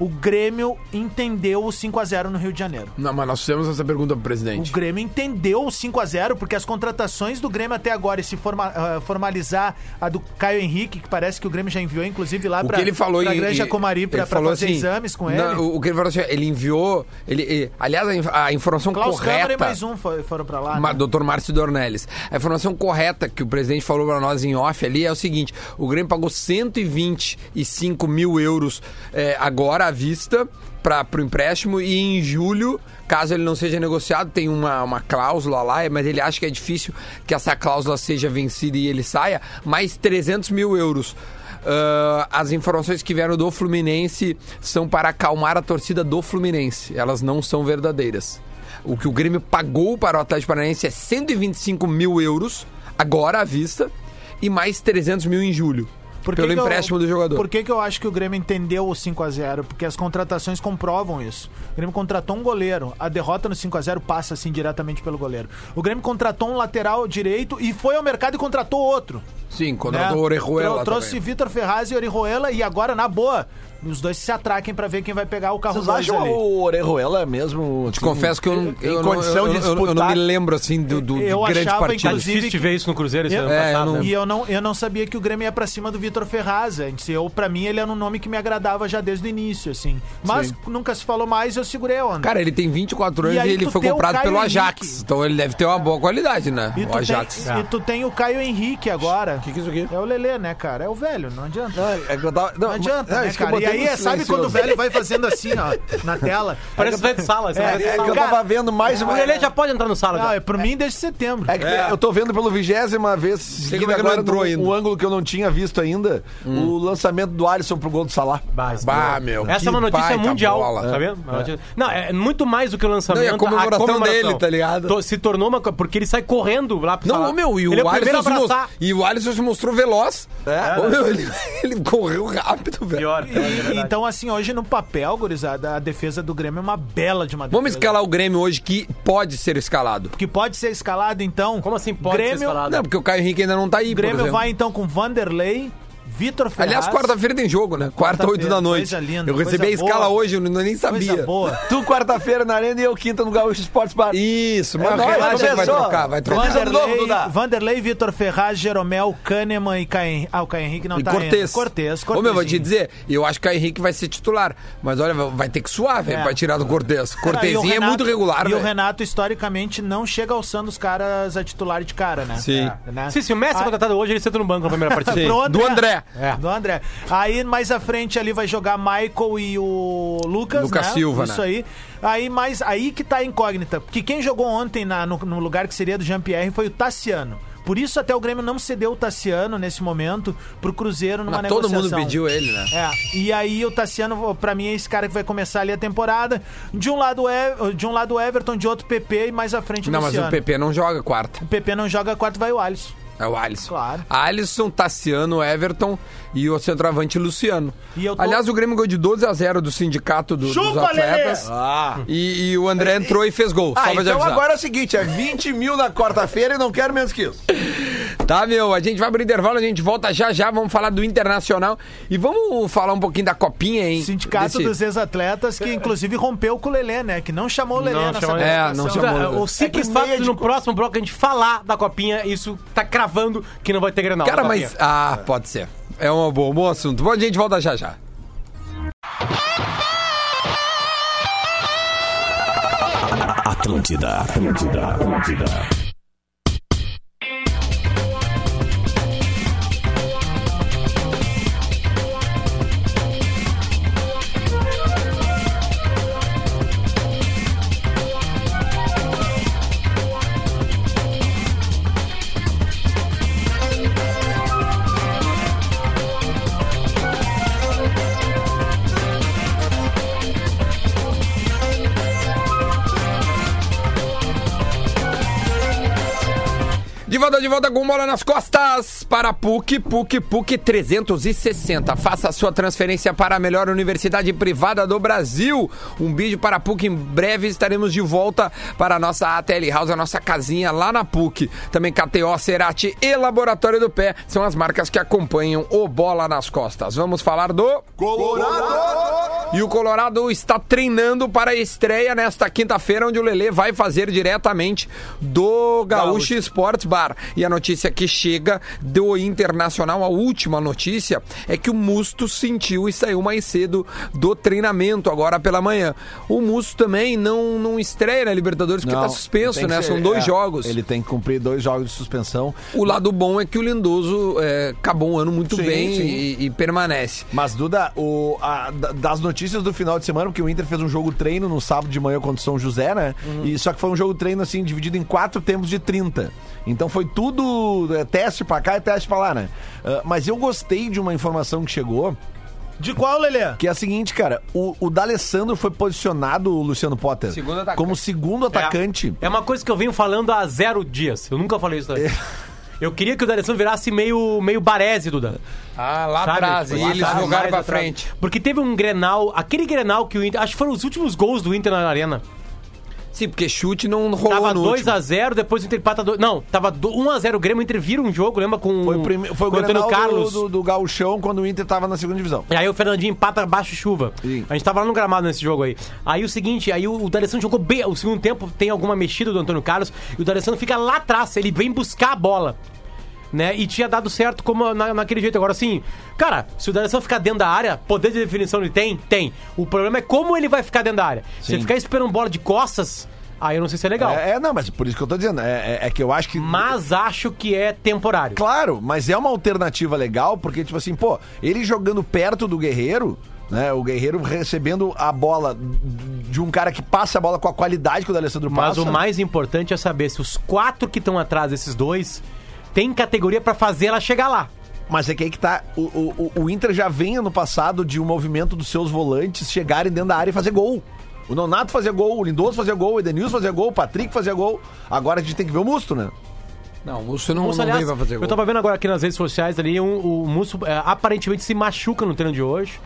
Speaker 3: O Grêmio entendeu o 5 a 0 no Rio de Janeiro.
Speaker 6: Não, mas nós fizemos essa pergunta pro
Speaker 3: O
Speaker 6: presidente.
Speaker 3: Grêmio entendeu o 5 a 0 porque as contratações do Grêmio até agora, e se forma- ah, formalizar a do Caio Henrique, que parece que o Grêmio já enviou, inclusive, lá
Speaker 1: O
Speaker 3: pra,
Speaker 1: que ele falou
Speaker 3: pra
Speaker 1: em-
Speaker 3: Granja
Speaker 1: em-
Speaker 3: Comari
Speaker 1: ele
Speaker 3: pra, pra
Speaker 1: falou
Speaker 3: fazer
Speaker 1: assim,
Speaker 3: exames com ele.
Speaker 1: não, o- o que ele falou assim, ele enviou, ele, ele- aliás, a inf- a, informação
Speaker 3: Klaus Câmara
Speaker 1: correta,
Speaker 3: e mais um fo- foram pra lá.
Speaker 1: Ma-
Speaker 3: né?
Speaker 1: Dr. Márcio Dornelles, a informação correta que o presidente falou pra nós em off ali é o seguinte, o Grêmio pagou 125 mil euros eh, agora à vista para o empréstimo e em julho, caso ele não seja negociado, tem uma, uma cláusula lá, mas ele acha que é difícil que essa cláusula seja vencida e ele saia, mais 300 mil euros. Ah, as informações que vieram do Fluminense são para acalmar a torcida do Fluminense. Elas não são verdadeiras. O que o Grêmio pagou para o Atlético Paranaense é 125 mil euros, agora à vista, e mais 300 mil em julho.
Speaker 3: Por que
Speaker 1: pelo
Speaker 3: que eu-
Speaker 1: empréstimo do jogador.
Speaker 3: Por que, que eu acho que o Grêmio entendeu o 5 a 0 Porque as contratações comprovam isso. O Grêmio contratou um goleiro. A derrota no 5 a 0 passa assim diretamente pelo goleiro. O Grêmio contratou um lateral direito e foi ao mercado e contratou outro.
Speaker 1: Sim,
Speaker 3: né?
Speaker 1: contratou o é Orejuela
Speaker 3: Trou- Trouxe
Speaker 1: também.
Speaker 3: Vitor Ferraz e Orihuela e agora, na boa, os dois se atraquem pra ver quem vai pegar o carro
Speaker 2: Vocês
Speaker 3: dois
Speaker 2: acham
Speaker 3: ali.
Speaker 2: o Orejuela é mesmo?
Speaker 1: Te confesso que eu não, eu, não,
Speaker 2: condição
Speaker 1: eu-
Speaker 2: de
Speaker 1: eu- eu- eu não
Speaker 2: disputar-
Speaker 1: me lembro assim do, do
Speaker 3: Eu
Speaker 1: grande
Speaker 3: achava,
Speaker 5: Tá
Speaker 1: partido.
Speaker 3: inclusive,
Speaker 5: difícil de ver isso no Cruzeiro esse
Speaker 3: Eu-
Speaker 5: ano
Speaker 1: É, eu
Speaker 5: passado.
Speaker 1: não-
Speaker 5: né?
Speaker 3: E eu não, eu não sabia que o Grêmio ia pra cima do Vitor Ferraz antes. Eu, pra mim, ele era um nome que me agradava já desde o início, assim. Mas nunca se falou mais, eu segurei a onda.
Speaker 1: Cara, ele tem 24
Speaker 3: E
Speaker 1: anos e,
Speaker 3: aí
Speaker 1: ele
Speaker 3: tu
Speaker 1: foi
Speaker 3: tem o
Speaker 1: comprado
Speaker 3: Caio
Speaker 1: pelo Ajax.
Speaker 3: Henrique.
Speaker 1: Então ele deve ter uma boa qualidade, né?
Speaker 3: E
Speaker 1: o
Speaker 3: tu,
Speaker 1: Ajax.
Speaker 3: tem, e tu tem o Caio Henrique agora.
Speaker 1: que é isso aqui?
Speaker 3: É o Lelê, né, cara? É o velho, não adianta.
Speaker 2: Não, é que eu tava-
Speaker 3: Não adianta,
Speaker 2: não,
Speaker 3: né,
Speaker 2: isso que eu
Speaker 3: cara? E
Speaker 2: botei
Speaker 3: aí,
Speaker 2: no
Speaker 3: é, sabe quando o
Speaker 2: silencioso.
Speaker 3: velho vai fazendo assim, ó, na tela?
Speaker 5: Parece que vai de sala. assim,
Speaker 3: É,
Speaker 5: vai de
Speaker 2: É que
Speaker 5: sala.
Speaker 2: eu tava vendo mais
Speaker 5: O
Speaker 2: uma.
Speaker 5: Lelê já pode entrar no sala.
Speaker 3: Não,
Speaker 5: já.
Speaker 3: é por mim desde setembro.
Speaker 2: É que Eu tô vendo pelo vigésima vez
Speaker 1: como
Speaker 2: seguida
Speaker 1: é que não
Speaker 2: agora
Speaker 1: entrou
Speaker 2: um-
Speaker 1: ainda.
Speaker 2: um ângulo que eu não tinha visto ainda, o lançamento do Alisson pro gol do Salah.
Speaker 5: Hum. Bah, isso
Speaker 1: Bah,
Speaker 5: não.
Speaker 1: meu,
Speaker 5: Essa é uma
Speaker 1: que
Speaker 5: notícia
Speaker 1: baita
Speaker 5: mundial,
Speaker 1: bola.
Speaker 5: tá vendo? Uma notícia- Não, é muito mais do que o lançamento.
Speaker 1: Não, e a comemoração dele, tá ligado?
Speaker 5: To- Se tornou uma... co- Porque ele sai correndo lá pro
Speaker 1: Não,
Speaker 5: salário.
Speaker 1: ô, meu, e
Speaker 5: Ele é
Speaker 1: o,
Speaker 5: o
Speaker 1: Alisson
Speaker 5: primeiro a
Speaker 1: se mostrou,
Speaker 5: abraçar.
Speaker 1: e o Alisson se mostrou veloz.
Speaker 2: É.
Speaker 1: Ô, meu, ele, <laughs> ele correu rápido, velho.
Speaker 5: Pior, pior, é
Speaker 3: E-
Speaker 5: verdade.
Speaker 3: então, assim, hoje no papel, gurizada, a defesa do Grêmio é uma bela de uma defesa.
Speaker 1: Vamos escalar o Grêmio hoje que pode ser escalado.
Speaker 3: Que pode ser escalado, então.
Speaker 5: Como assim pode
Speaker 3: Grêmio,
Speaker 5: ser escalado?
Speaker 1: Não, porque o Caio Henrique ainda não tá aí,
Speaker 3: O
Speaker 1: por
Speaker 3: Grêmio
Speaker 1: exemplo.
Speaker 3: vai, então, com Vanderlei, Vitor Ferraz...
Speaker 1: Aliás, quarta-feira tem jogo, né? Quarta,
Speaker 3: Quarta-feira,
Speaker 1: oito da noite.
Speaker 3: coisa linda,
Speaker 1: eu recebi a
Speaker 3: coisa
Speaker 1: escala
Speaker 3: boa.
Speaker 1: hoje, eu não- nem sabia.
Speaker 3: Coisa boa.
Speaker 5: é
Speaker 2: Tu quarta-feira na Arena e eu quinta no Gaúcho Sports Bar.
Speaker 1: Isso, mas
Speaker 2: É nóis,
Speaker 1: relaxa que vai
Speaker 2: começou.
Speaker 1: trocar, vai trocar.
Speaker 2: Vamos de novo,
Speaker 3: Vanderlei,
Speaker 2: Duda.
Speaker 3: Vanderlei, Vitor Ferraz, Jeromel, Kahneman e Caio Henrique. Ah, o Caio Henrique não
Speaker 1: E
Speaker 3: tá
Speaker 1: Cortez.
Speaker 3: ainda. Cortez,
Speaker 1: Ô, meu, vou te
Speaker 3: Cortezinho.
Speaker 1: dizer, eu acho que o Caio Henrique vai ser titular. Mas olha, vai ter que suar, velho,
Speaker 3: É.
Speaker 1: pra tirar do Cortez.
Speaker 3: Cara, <laughs> e o
Speaker 1: Cortezinho é
Speaker 3: Renato-
Speaker 1: muito regular,
Speaker 3: E o
Speaker 1: velho.
Speaker 3: Renato, historicamente, não chega alçando os caras a titular de cara, né?
Speaker 1: Sim.
Speaker 3: É, né?
Speaker 5: Se, se o Messi é
Speaker 3: Ah,
Speaker 5: contratado hoje, ele senta no banco na primeira partida.
Speaker 1: Sim.
Speaker 3: pro
Speaker 1: Do Tá André.
Speaker 3: É. Do André. Aí mais à frente ali vai jogar Michael e o Lucas.
Speaker 1: Lucas
Speaker 3: né?
Speaker 1: Silva,
Speaker 3: Isso
Speaker 1: né?
Speaker 3: aí. Aí, mas, aí que tá a incógnita. Porque quem jogou ontem na- no, no lugar que seria do Jean-Pierre foi o Tassiano. Por isso até o Grêmio não cedeu o Tassiano nesse momento pro Cruzeiro numa
Speaker 1: Mas todo
Speaker 3: negociação.
Speaker 1: mundo pediu ele, né?
Speaker 3: É, e aí o Tassiano, pra mim, é esse cara que vai começar ali a temporada. De um lado o E- de um lado o Everton, de outro o PP e mais à frente o
Speaker 1: Não, mas
Speaker 3: Luciano.
Speaker 1: o PP não joga quarta.
Speaker 3: O PP não joga quarto, vai o Alisson.
Speaker 1: É o Alisson.
Speaker 3: Claro.
Speaker 1: Alisson, Tassiano, Everton e o centroavante Luciano.
Speaker 3: E eu tô-
Speaker 1: Aliás, o Grêmio ganhou de 12 a 0 do sindicato do- dos
Speaker 4: Chupa, Lelê!
Speaker 1: atletas.
Speaker 2: Ah.
Speaker 1: E, e o André entrou e fez gol. só
Speaker 2: Ah,
Speaker 1: pra te
Speaker 2: então
Speaker 1: avisar.
Speaker 2: agora é o seguinte, é 20 mil na quarta-feira e não quero menos que isso.
Speaker 1: Tá, meu? A gente vai pro intervalo, a gente volta já já. Vamos falar do Internacional. E vamos falar um pouquinho da copinha, hein?
Speaker 3: Sindicato
Speaker 1: Desse-
Speaker 3: dos ex-atletas que inclusive rompeu com o Lelê, né? Que não chamou o Lelê
Speaker 5: Não
Speaker 3: nessa
Speaker 5: chamou-
Speaker 1: É, não
Speaker 3: apresentação.
Speaker 1: chamou.
Speaker 5: Cara,
Speaker 1: Amor.
Speaker 5: o simples
Speaker 2: É que
Speaker 5: fato
Speaker 2: meia
Speaker 5: de
Speaker 2: de
Speaker 5: no
Speaker 2: co-
Speaker 5: próximo bloco a gente falar da copinha, isso tá cravando que não vai ter tá granal.
Speaker 1: Cara,
Speaker 5: na
Speaker 1: mas.
Speaker 5: Copinha.
Speaker 1: Ah, pode ser. É um bom, bom assunto. Bom, a gente volta já já.
Speaker 7: Atlântida, Atlântida, Atlântida.
Speaker 8: Atlântida, Atlântida.
Speaker 1: roda de volta com bola nas costas para PUC, PUC, PUC 360. Faça a sua transferência para a melhor universidade privada do Brasil. Um beijo para a PUC. Em breve estaremos de volta para a nossa ATL House, a nossa casinha lá na PUC. Também KTO, Cerati e Laboratório do Pé são as marcas que acompanham o Bola nas Costas. Vamos falar do... E o Colorado está treinando para a estreia nesta quinta-feira, onde o Lelê vai fazer diretamente do Gaúcho Sports Bar. E a notícia que chega do Internacional, a última notícia, é que o Musto sentiu e saiu mais cedo do treinamento, agora pela manhã. O Musto também não, não estreia na Libertadores, porque está suspenso,
Speaker 2: tem que
Speaker 1: né?
Speaker 2: ser-
Speaker 1: São dois
Speaker 2: é,
Speaker 1: jogos.
Speaker 2: Ele tem que cumprir dois jogos de suspensão.
Speaker 1: O lado bom é que o Lindoso é, acabou um ano muito
Speaker 2: Sim,
Speaker 1: bem
Speaker 2: sim.
Speaker 1: E, e permanece.
Speaker 2: Mas, Duda, o- a- da- das notícias do final de semana, porque o Inter fez um jogo treino no sábado de manhã contra o São José, né? E, só que foi um jogo treino, assim, dividido em quatro tempos de 30. Então foi tudo é, teste pra cá e teste pra lá, né? Ah, mas eu gostei de uma informação que chegou,
Speaker 3: De qual, Lelê?
Speaker 2: que é a seguinte, cara. O, o D'Alessandro foi posicionado, o Luciano Potter,
Speaker 1: Segundo atacante.
Speaker 2: como segundo atacante.
Speaker 5: É uma coisa que eu venho falando há zero dias. Eu nunca falei isso
Speaker 2: É.
Speaker 5: antes. Eu queria que o D'Alessandro virasse meio, meio barese, Duda.
Speaker 1: Ah, lá
Speaker 5: Sabe?
Speaker 1: atrás.
Speaker 5: Tipo,
Speaker 1: E
Speaker 5: lá
Speaker 1: eles
Speaker 5: atrás,
Speaker 1: jogaram
Speaker 5: mais
Speaker 1: pra
Speaker 5: atrás.
Speaker 1: frente.
Speaker 5: Porque teve um Grenal, aquele Grenal que o Inter... Acho que foram os últimos gols do Inter na Arena.
Speaker 1: Sim, porque chute não rolou
Speaker 5: Tava
Speaker 1: no último.
Speaker 5: 2x0, depois o Inter empata... dois- Não, tava do- 1x0 o Grêmio, o Inter vira um jogo, lembra? Com
Speaker 2: Foi o, prime... foi o
Speaker 5: com o Antônio
Speaker 2: Grenal do-
Speaker 5: Carlos.
Speaker 2: Do, do Gauchão quando o Inter tava na segunda divisão.
Speaker 5: E aí o Fernandinho empata baixo chuva.
Speaker 2: Sim.
Speaker 5: A gente tava lá no gramado nesse jogo aí. Aí o seguinte, aí o, o D'Alessandro jogou bem. O segundo tempo tem alguma mexida do Antônio Carlos. E o D'Alessandro fica lá atrás. Ele vem buscar a bola. Né? E tinha dado certo como na- naquele jeito. Agora, assim, cara, se o D'Alessandro ficar dentro da área, poder de definição ele tem? Tem. O problema é como ele vai ficar dentro da área. Se ele ficar esperando bola de costas, aí eu não sei se é legal.
Speaker 2: É, é, não, mas por isso que eu tô dizendo. É, é- é que eu acho que.
Speaker 5: Mas acho que é temporário.
Speaker 2: Claro, mas é uma alternativa legal, porque, tipo assim, pô, ele jogando perto do Guerreiro, né? O Guerreiro recebendo a bola de um cara que passa a bola com a qualidade que o D'Alessandro
Speaker 5: Mas
Speaker 2: passa.
Speaker 5: o mais importante é saber se os quatro que estão atrás desses dois tem categoria pra fazer ela chegar lá.
Speaker 2: Mas é que aí que tá. O, o, o- o Inter já vem ano passado de um movimento dos seus volantes chegarem dentro da área e fazer gol. O Nonato fazia gol, o Lindoso fazia gol, o Edenilson fazia gol, o Patrick fazia gol. Agora a gente tem que ver o Musto, né?
Speaker 1: Não, o Musso não,
Speaker 5: Musso,
Speaker 1: não
Speaker 5: aliás,
Speaker 1: veio pra fazer
Speaker 5: eu
Speaker 1: gol.
Speaker 5: tava vendo agora aqui nas redes sociais ali, um- o Musso é, aparentemente se machuca no treino de hoje.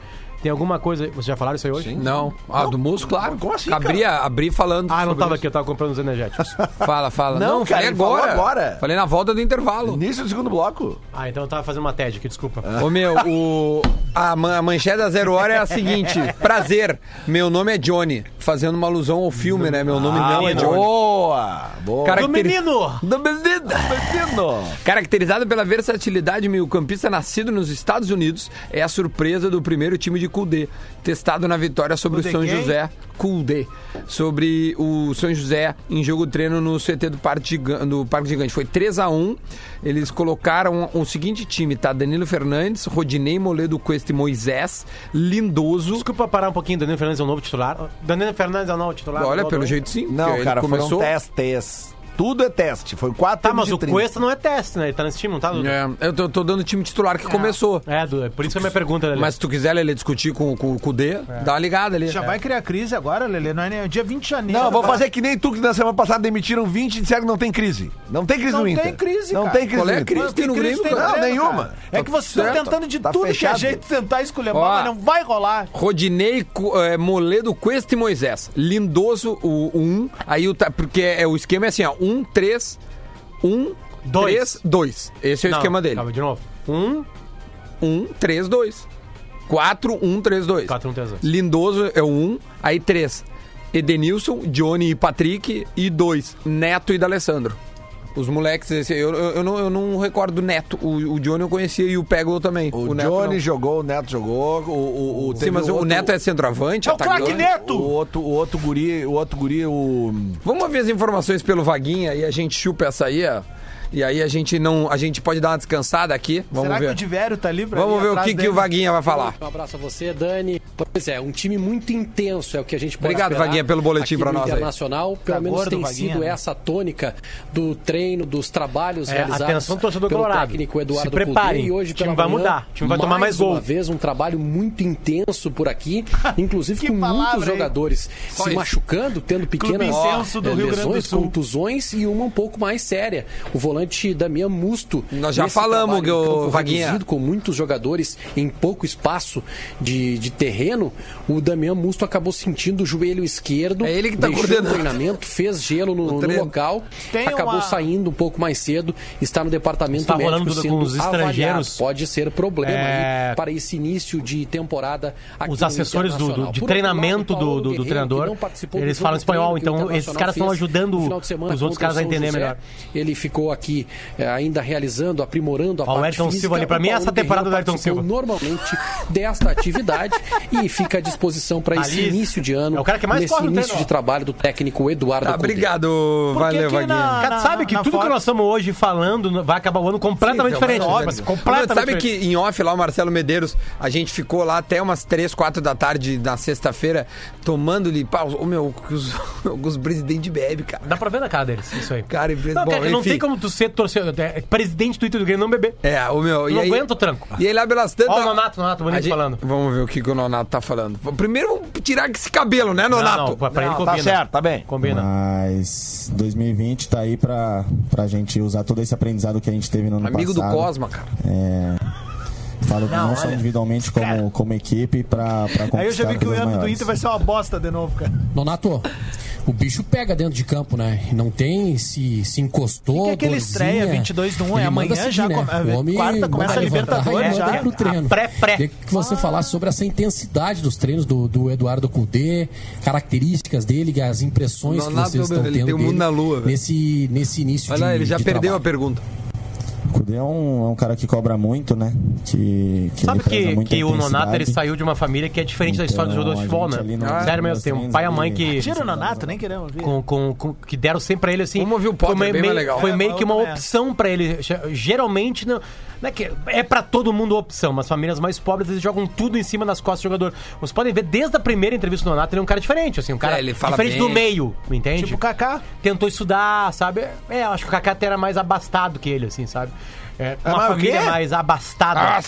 Speaker 5: Tem alguma coisa. Vocês já falaram isso aí hoje?
Speaker 1: Não. Ah, do Musso, claro.
Speaker 2: como assim, cara?
Speaker 1: Abri, abri falando.
Speaker 5: Ah, não
Speaker 1: sobre
Speaker 5: tava
Speaker 1: isso.
Speaker 5: aqui, eu tava comprando os
Speaker 1: <laughs>
Speaker 5: energéticos.
Speaker 1: Fala, fala.
Speaker 2: Não,
Speaker 1: Não,
Speaker 2: cara,
Speaker 1: falei
Speaker 2: ele falou
Speaker 1: agora.
Speaker 2: agora.
Speaker 1: Falei na volta do
Speaker 2: <laughs>
Speaker 1: intervalo.
Speaker 2: Início do segundo bloco.
Speaker 5: ah, então eu tava fazendo uma TED aqui, desculpa.
Speaker 1: Ô meu, o, a, man- a manchete da Zero Hora é a seguinte: prazer, meu nome é Johnny. Fazendo uma alusão ao filme, né? Meu nome não é
Speaker 5: menino.
Speaker 1: Johnny.
Speaker 2: Boa! Boa!
Speaker 1: Cara-
Speaker 5: Do menino!
Speaker 2: Do menino, do menino.
Speaker 1: Caracterizado pela versatilidade, meio-campista nascido nos Estados Unidos, é a surpresa do primeiro time de Cude, testado na vitória sobre o
Speaker 3: Kudê
Speaker 1: São
Speaker 3: quem?
Speaker 1: José. Cude. Sobre o São José em jogo treino no CT do Parque Gigante. Do Parque Gigante. Foi 3 a 1 Eles colocaram o seguinte time, tá? Danilo Fernandes, Rodinei Moledo Cuesta e Moisés, Lindoso.
Speaker 5: Desculpa parar um pouquinho, Danilo Fernandes é o novo titular. Danilo Fernandes é o novo titular.
Speaker 1: Olha,
Speaker 5: Gol
Speaker 1: pelo
Speaker 5: do-
Speaker 1: jeito sim. porque
Speaker 2: Não,
Speaker 1: ele
Speaker 2: cara, um
Speaker 1: começou.
Speaker 2: foram testes. Tudo é teste. Foi quatro
Speaker 5: Tá, mas o
Speaker 2: 30.
Speaker 5: Cuesta não é teste, né? Ele tá nesse time, não tá? Dudu?
Speaker 1: É, eu tô, tô dando o time titular que começou.
Speaker 5: É, Dudu, é por isso que é a minha pergunta, Lelê.
Speaker 1: Mas se tu quiser, Lele, discutir com, com, com o D, dá uma ligada ali. É.
Speaker 3: Já vai criar crise agora, Lelê? Não é nem... Dia 20 de janeiro.
Speaker 2: Não, eu
Speaker 1: tá-
Speaker 2: vou fazer que nem tu que na semana passada demitiram 20 e disseram que não tem crise. Não tem crise
Speaker 3: Não
Speaker 2: no
Speaker 3: tem
Speaker 2: Inter.
Speaker 3: crise,
Speaker 2: Não
Speaker 3: cara.
Speaker 2: tem crise
Speaker 1: Qual é
Speaker 2: no
Speaker 1: a
Speaker 2: Inter.
Speaker 1: crise? Tem no
Speaker 3: Crise
Speaker 1: Grêmio,
Speaker 3: tem
Speaker 1: cara.
Speaker 2: Não,
Speaker 3: Grêmio,
Speaker 2: nenhuma.
Speaker 3: cara. É que vocês estão
Speaker 1: certo.
Speaker 3: tentando de
Speaker 2: Tá
Speaker 3: tudo
Speaker 2: fechado.
Speaker 3: que é jeito tentar esculhambar,
Speaker 1: Ó.
Speaker 3: mas não vai rolar.
Speaker 1: Rodinei, Cu- eh, Moledo, Cuesta e Moisés. Lindoso, o 1. Um, aí o. ta- Porque é, o esquema é assim, ó. 1, 3, 1,
Speaker 5: Dois.
Speaker 1: 3, 2. Esse é o
Speaker 5: Não,
Speaker 1: esquema dele.
Speaker 5: calma, de novo. Um,
Speaker 1: 1, 3, 2. 4, 1, 3, 2.
Speaker 5: 4, 1, 3, 2.
Speaker 1: um, Lindoso é o 1, um, aí 3. Edenilson, Johnny e Patrick. E 2. Neto e D'Alessandro. Os moleques, esse- eu, eu, eu não, eu não recordo o Neto. O, o Johnny eu conhecia e o Pego eu também.
Speaker 2: O,
Speaker 1: Neto
Speaker 2: Johnny
Speaker 1: não.
Speaker 2: jogou, o Neto jogou, o, o, o
Speaker 1: Sim, mas o Neto é centroavante,
Speaker 3: É o craque
Speaker 1: atacante.
Speaker 2: O
Speaker 3: Neto!
Speaker 2: outro, o outro guri, o outro guri, o.
Speaker 1: Vamos ver as informações pelo Vaguinha e a gente chupa essa aí, ó. E aí a gente não. A gente pode dar uma descansada aqui. Vamos
Speaker 3: Será
Speaker 1: ver.
Speaker 3: que o Divério tá livre?
Speaker 1: Vamos ver o que, que o Vaguinha vai falar.
Speaker 6: Um abraço a você, Dani. Pois é, um time muito intenso é o que a gente pode
Speaker 1: Obrigado,
Speaker 6: esperar
Speaker 1: Vaguinha, pelo boletim
Speaker 6: aqui
Speaker 1: pra
Speaker 6: no
Speaker 1: nós aí.
Speaker 6: Internacional,
Speaker 5: Tá
Speaker 6: pelo menos
Speaker 3: gordo,
Speaker 6: tem
Speaker 3: Vaguinha,
Speaker 6: sido
Speaker 3: né?
Speaker 6: essa a tônica do treino, dos trabalhos
Speaker 5: É,
Speaker 6: realizados
Speaker 5: atenção, torcedor
Speaker 6: pelo
Speaker 5: colorado.
Speaker 6: técnico Eduardo
Speaker 5: Se preparem,
Speaker 6: Cudê. E hoje
Speaker 5: o time
Speaker 6: pela
Speaker 5: vai
Speaker 6: manhã,
Speaker 5: mudar, o time vai tomar mais gol.
Speaker 6: uma vez, um trabalho muito intenso
Speaker 5: <laughs>
Speaker 6: por aqui, inclusive
Speaker 3: Que
Speaker 6: com
Speaker 3: palavra,
Speaker 6: muitos
Speaker 3: hein?
Speaker 6: jogadores se
Speaker 1: isso.
Speaker 6: machucando, tendo pequenas
Speaker 3: intenso do
Speaker 6: eh,
Speaker 3: Rio Grande do
Speaker 6: lesões,
Speaker 3: Sul.
Speaker 6: contusões e uma um pouco mais séria. O volante centroavante Damian Musto.
Speaker 1: Nós já
Speaker 6: Nesse
Speaker 1: falamos,
Speaker 6: trabalho em
Speaker 1: Gu-
Speaker 6: campo
Speaker 1: Vaguinha.
Speaker 6: reduzido, com muitos jogadores em pouco espaço de, de terreno, o Damian Musto acabou sentindo o joelho esquerdo.
Speaker 1: É ele que tá
Speaker 6: deixou o
Speaker 1: coordenando.
Speaker 6: treinamento, fez gelo no, no
Speaker 1: treino.
Speaker 6: local,
Speaker 3: Tem
Speaker 6: acabou
Speaker 3: uma-
Speaker 6: saindo um pouco mais cedo, está no departamento
Speaker 5: Está rolando tudo
Speaker 6: médico
Speaker 5: com
Speaker 6: sendo
Speaker 5: os estrangeiros.
Speaker 6: avaliado. Pode ser problema
Speaker 5: É.
Speaker 6: aí para esse início de temporada aqui
Speaker 5: Os
Speaker 6: no
Speaker 5: assessores do- do- de
Speaker 6: Por outro
Speaker 5: treinamento
Speaker 6: lado,
Speaker 5: do- do- do
Speaker 6: Guerreiro, que
Speaker 5: treinador,
Speaker 6: não participou do
Speaker 5: eles
Speaker 6: jogo
Speaker 5: falam espanhol,
Speaker 6: treino que o
Speaker 5: então esses
Speaker 6: Internacional
Speaker 5: caras estão
Speaker 6: fez
Speaker 5: ajudando
Speaker 6: no final de semana
Speaker 5: os outros
Speaker 6: contra o
Speaker 5: caras a
Speaker 6: São
Speaker 5: entender
Speaker 6: José.
Speaker 5: melhor.
Speaker 6: Ele ficou aqui eh, ainda realizando, aprimorando a
Speaker 5: Ó, o
Speaker 6: parte
Speaker 5: Ayrton
Speaker 6: física.
Speaker 5: Silva ali, pra
Speaker 6: O
Speaker 5: mim,
Speaker 6: Paulo
Speaker 5: essa temporada
Speaker 6: Guerreiro
Speaker 5: do Ayrton
Speaker 6: participou
Speaker 5: Silva.
Speaker 6: normalmente desta atividade e fica à disposição
Speaker 5: <laughs>
Speaker 6: para esse
Speaker 5: Ali,
Speaker 6: início de ano,
Speaker 5: é o cara que mais
Speaker 6: nesse
Speaker 5: corre no
Speaker 6: início
Speaker 5: treino, ó.
Speaker 6: de trabalho do técnico Eduardo
Speaker 1: Tá,
Speaker 6: Cudê.
Speaker 1: obrigado. Valeu,
Speaker 3: que que
Speaker 1: Vaguinha.
Speaker 3: na-
Speaker 5: Cara, sabe que
Speaker 3: na
Speaker 5: tudo que
Speaker 3: foto-
Speaker 5: nós estamos hoje falando vai acabar o ano completamente
Speaker 1: Sim, então,
Speaker 5: diferente.
Speaker 1: mas
Speaker 5: Mas
Speaker 1: óbvio.
Speaker 5: completamente
Speaker 1: Sabe
Speaker 5: diferente.
Speaker 1: que em off lá, o Marcelo Medeiros, a gente ficou lá até umas 3, 4 da tarde na sexta-feira, tomando-lhe. Pá, o meu, o que os, <laughs> o que os presidentes bebem, cara.
Speaker 5: Dá pra ver na cara deles, isso aí.
Speaker 1: Cara, e-
Speaker 5: não, cara,
Speaker 1: bom,
Speaker 5: não
Speaker 1: enfim.
Speaker 5: tem como tu ser torcedor, é, presidente do Inter do Grêmio e não beber.
Speaker 1: É, o meu. e
Speaker 5: não
Speaker 1: aí-
Speaker 5: aguenta o tranco.
Speaker 1: E aí lá pelas tantas.
Speaker 5: Ó o Nonato, Nonato bonito
Speaker 1: a gente-
Speaker 5: falando.
Speaker 1: Vamos ver o que, que o Nonato tá falando. Primeiro, vamos tirar esse cabelo, né,
Speaker 5: Não,
Speaker 1: Nonato?
Speaker 5: não, pra pra ele combina.
Speaker 2: Tá certo, tá bem.
Speaker 5: Combina.
Speaker 8: Mas 2020 tá aí pra, pra gente usar todo esse aprendizado que a gente teve no ano
Speaker 1: Amigo do
Speaker 8: passado.
Speaker 1: Cosma, cara.
Speaker 8: Falo não, só
Speaker 3: olha,
Speaker 8: individualmente como, como equipe pra, pra conquistar
Speaker 3: Aí eu já vi que o
Speaker 8: coisas
Speaker 1: é
Speaker 3: ano do
Speaker 8: maiores.
Speaker 3: Inter vai ser uma bosta de novo, cara.
Speaker 9: Nonato, o bicho pega dentro de campo, né? Não tem se, se encostou.
Speaker 3: Que que é aquele
Speaker 9: dorzinha.
Speaker 3: estreia, 22 de um? É
Speaker 9: Ele
Speaker 3: amanhã
Speaker 9: manda assim, né?
Speaker 3: já come-
Speaker 9: O homem
Speaker 3: quarta começa
Speaker 9: manda levantar
Speaker 3: a Libertadores
Speaker 9: e
Speaker 3: já. Ah.
Speaker 9: manda pro treino.
Speaker 5: A pré-pré.
Speaker 9: Queria que você falasse sobre essa intensidade dos treinos do, do Eduardo Cudê, características dele, as impressões
Speaker 1: Nonato,
Speaker 9: que vocês estão
Speaker 1: meu, ele
Speaker 9: tendo
Speaker 1: tem o mundo
Speaker 9: dele
Speaker 1: na lua, velho.
Speaker 9: nesse, nesse início
Speaker 1: Olha lá,
Speaker 9: de
Speaker 1: ele já
Speaker 9: de
Speaker 1: perdeu a
Speaker 9: trabalho.
Speaker 1: pergunta.
Speaker 8: O Cudê é um, é um cara que cobra muito, né? Que, que
Speaker 5: Sabe
Speaker 8: ele preza
Speaker 5: que,
Speaker 8: muito
Speaker 5: que
Speaker 8: a
Speaker 5: o Nonato ele
Speaker 8: intensidade.
Speaker 5: saiu de uma família que é diferente da história dos
Speaker 8: Então,
Speaker 5: jogadores de
Speaker 8: a
Speaker 5: futebol,
Speaker 8: gente
Speaker 5: né?
Speaker 8: ali no-
Speaker 5: Sério mesmo,
Speaker 8: nos
Speaker 5: tem um
Speaker 8: treinos
Speaker 5: pai e a
Speaker 8: ali-
Speaker 5: mãe que.
Speaker 3: Tira o
Speaker 1: é
Speaker 3: Nonato, nem queremos ver.
Speaker 5: com, com- com- que deram sempre pra ele assim.
Speaker 1: Vamos ouvir o Potter,
Speaker 5: foi
Speaker 1: é bem
Speaker 5: meio,
Speaker 1: mais legal.
Speaker 5: Foi
Speaker 1: É,
Speaker 5: meio que uma
Speaker 3: vamos, é.
Speaker 5: opção pra ele. Ge- Geralmente não, não é que é para todo mundo opção, mas famílias mais pobres eles jogam tudo em cima das costas do jogador. Vocês podem ver desde a primeira entrevista do Nonato, ele é um cara diferente, assim, um cara
Speaker 1: É, ele fala
Speaker 5: diferente
Speaker 1: bem.
Speaker 5: do meio, entende?
Speaker 3: Tipo o Kaká.
Speaker 5: Tentou estudar, sabe? É, acho que o Kaká até era mais abastado que ele, assim, sabe? É, uma
Speaker 3: mas o
Speaker 5: família
Speaker 3: quê?
Speaker 5: mais abastada.
Speaker 1: Ah,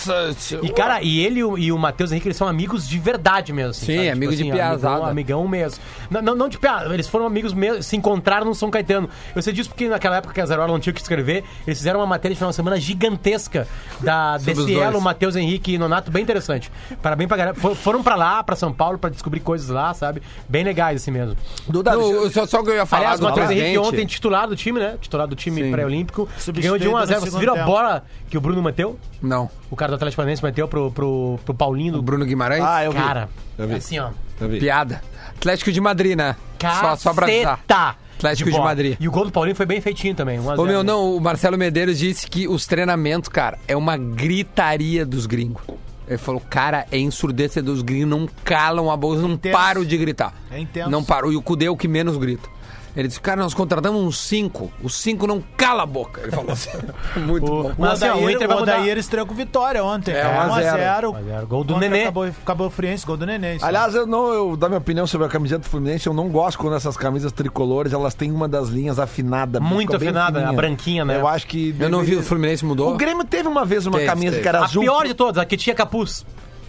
Speaker 5: E, cara, e ele e o- e o Matheus Henrique, eles são amigos de verdade mesmo. Assim,
Speaker 1: Sim, amigo de piazada.
Speaker 5: Amigão, amigão mesmo. Não, não, não de piada, eles foram amigos mesmo, se encontraram no São Caetano. Eu sei disso porque naquela época que a Zerola não tinha o que escrever, eles fizeram uma matéria de final de semana gigantesca da
Speaker 1: <laughs> Sobre os
Speaker 5: desse
Speaker 1: dois.
Speaker 5: elo Matheus Henrique e Nonato, bem interessante. Parabéns pra galera. For- Foram pra lá, pra São Paulo, pra descobrir coisas lá, sabe? Bem legais assim mesmo.
Speaker 1: Duda, só, só que eu ia falar
Speaker 5: Aliás, o
Speaker 1: do
Speaker 5: Matheus
Speaker 1: presidente.
Speaker 5: Henrique ontem titular do time, né? Titular do time
Speaker 1: Sim.
Speaker 5: pré-olímpico. Ganhou de
Speaker 3: Substituído
Speaker 5: 1 a 0
Speaker 3: no
Speaker 5: Vocês viram a
Speaker 3: segundo
Speaker 5: bola que o Bruno meteu?
Speaker 1: Não.
Speaker 5: O cara do Atlético Paranaense meteu pro, pro, pro Paulinho
Speaker 1: O
Speaker 5: do
Speaker 1: Bruno Guimarães?
Speaker 2: Ah, eu vi.
Speaker 5: Cara,
Speaker 2: Eu vi.
Speaker 5: assim, ó.
Speaker 2: Eu vi.
Speaker 1: Piada. Atlético de Madrid, né? Só, só pra avisar.
Speaker 5: Caceta
Speaker 1: Atlético de
Speaker 5: bola.
Speaker 1: Madrid.
Speaker 5: E o gol do Paulinho foi bem feitinho também. 1 a 0,
Speaker 1: Ô, meu,
Speaker 5: né?
Speaker 1: não, o Marcelo Medeiros disse que os treinamentos, cara, é uma gritaria dos gringos. Ele falou, cara, é ensurdecedor, os gringos não calam a boca, eles não
Speaker 3: Intenso.
Speaker 1: param de gritar.
Speaker 3: É intenso.
Speaker 1: Não param. E o Cudê é o que menos grita. Ele disse, cara, nós contratamos uns cinco, os cinco não cala a boca. Ele falou assim, muito
Speaker 5: O-
Speaker 1: bom.
Speaker 5: Mas assim, ó, o
Speaker 3: Odair-
Speaker 5: Inter vai
Speaker 3: o
Speaker 5: mudar.
Speaker 3: Odair estreou com vitória ontem.
Speaker 1: É,
Speaker 3: cara.
Speaker 1: 1 a 0.
Speaker 3: 1 a
Speaker 5: 0. Gol do
Speaker 3: Contra
Speaker 5: Nenê.
Speaker 3: Acabou, acabou o Friense, gol do Nenê. isso.
Speaker 2: Aliás, eu não, eu dar minha opinião sobre a camiseta do Fluminense, eu não gosto quando essas camisas tricolores, elas têm uma das linhas afinada,
Speaker 5: Muito
Speaker 2: fica bem
Speaker 5: afinada,
Speaker 2: fininha.
Speaker 5: a branquinha, né?
Speaker 2: Eu acho que
Speaker 1: Eu não vi,
Speaker 2: deveria-
Speaker 1: o Fluminense mudou.
Speaker 2: O Grêmio teve uma vez uma
Speaker 1: Teve,
Speaker 2: camisa
Speaker 1: teve.
Speaker 2: que era
Speaker 5: A
Speaker 2: azul.
Speaker 5: pior de todas, a que tinha capuz.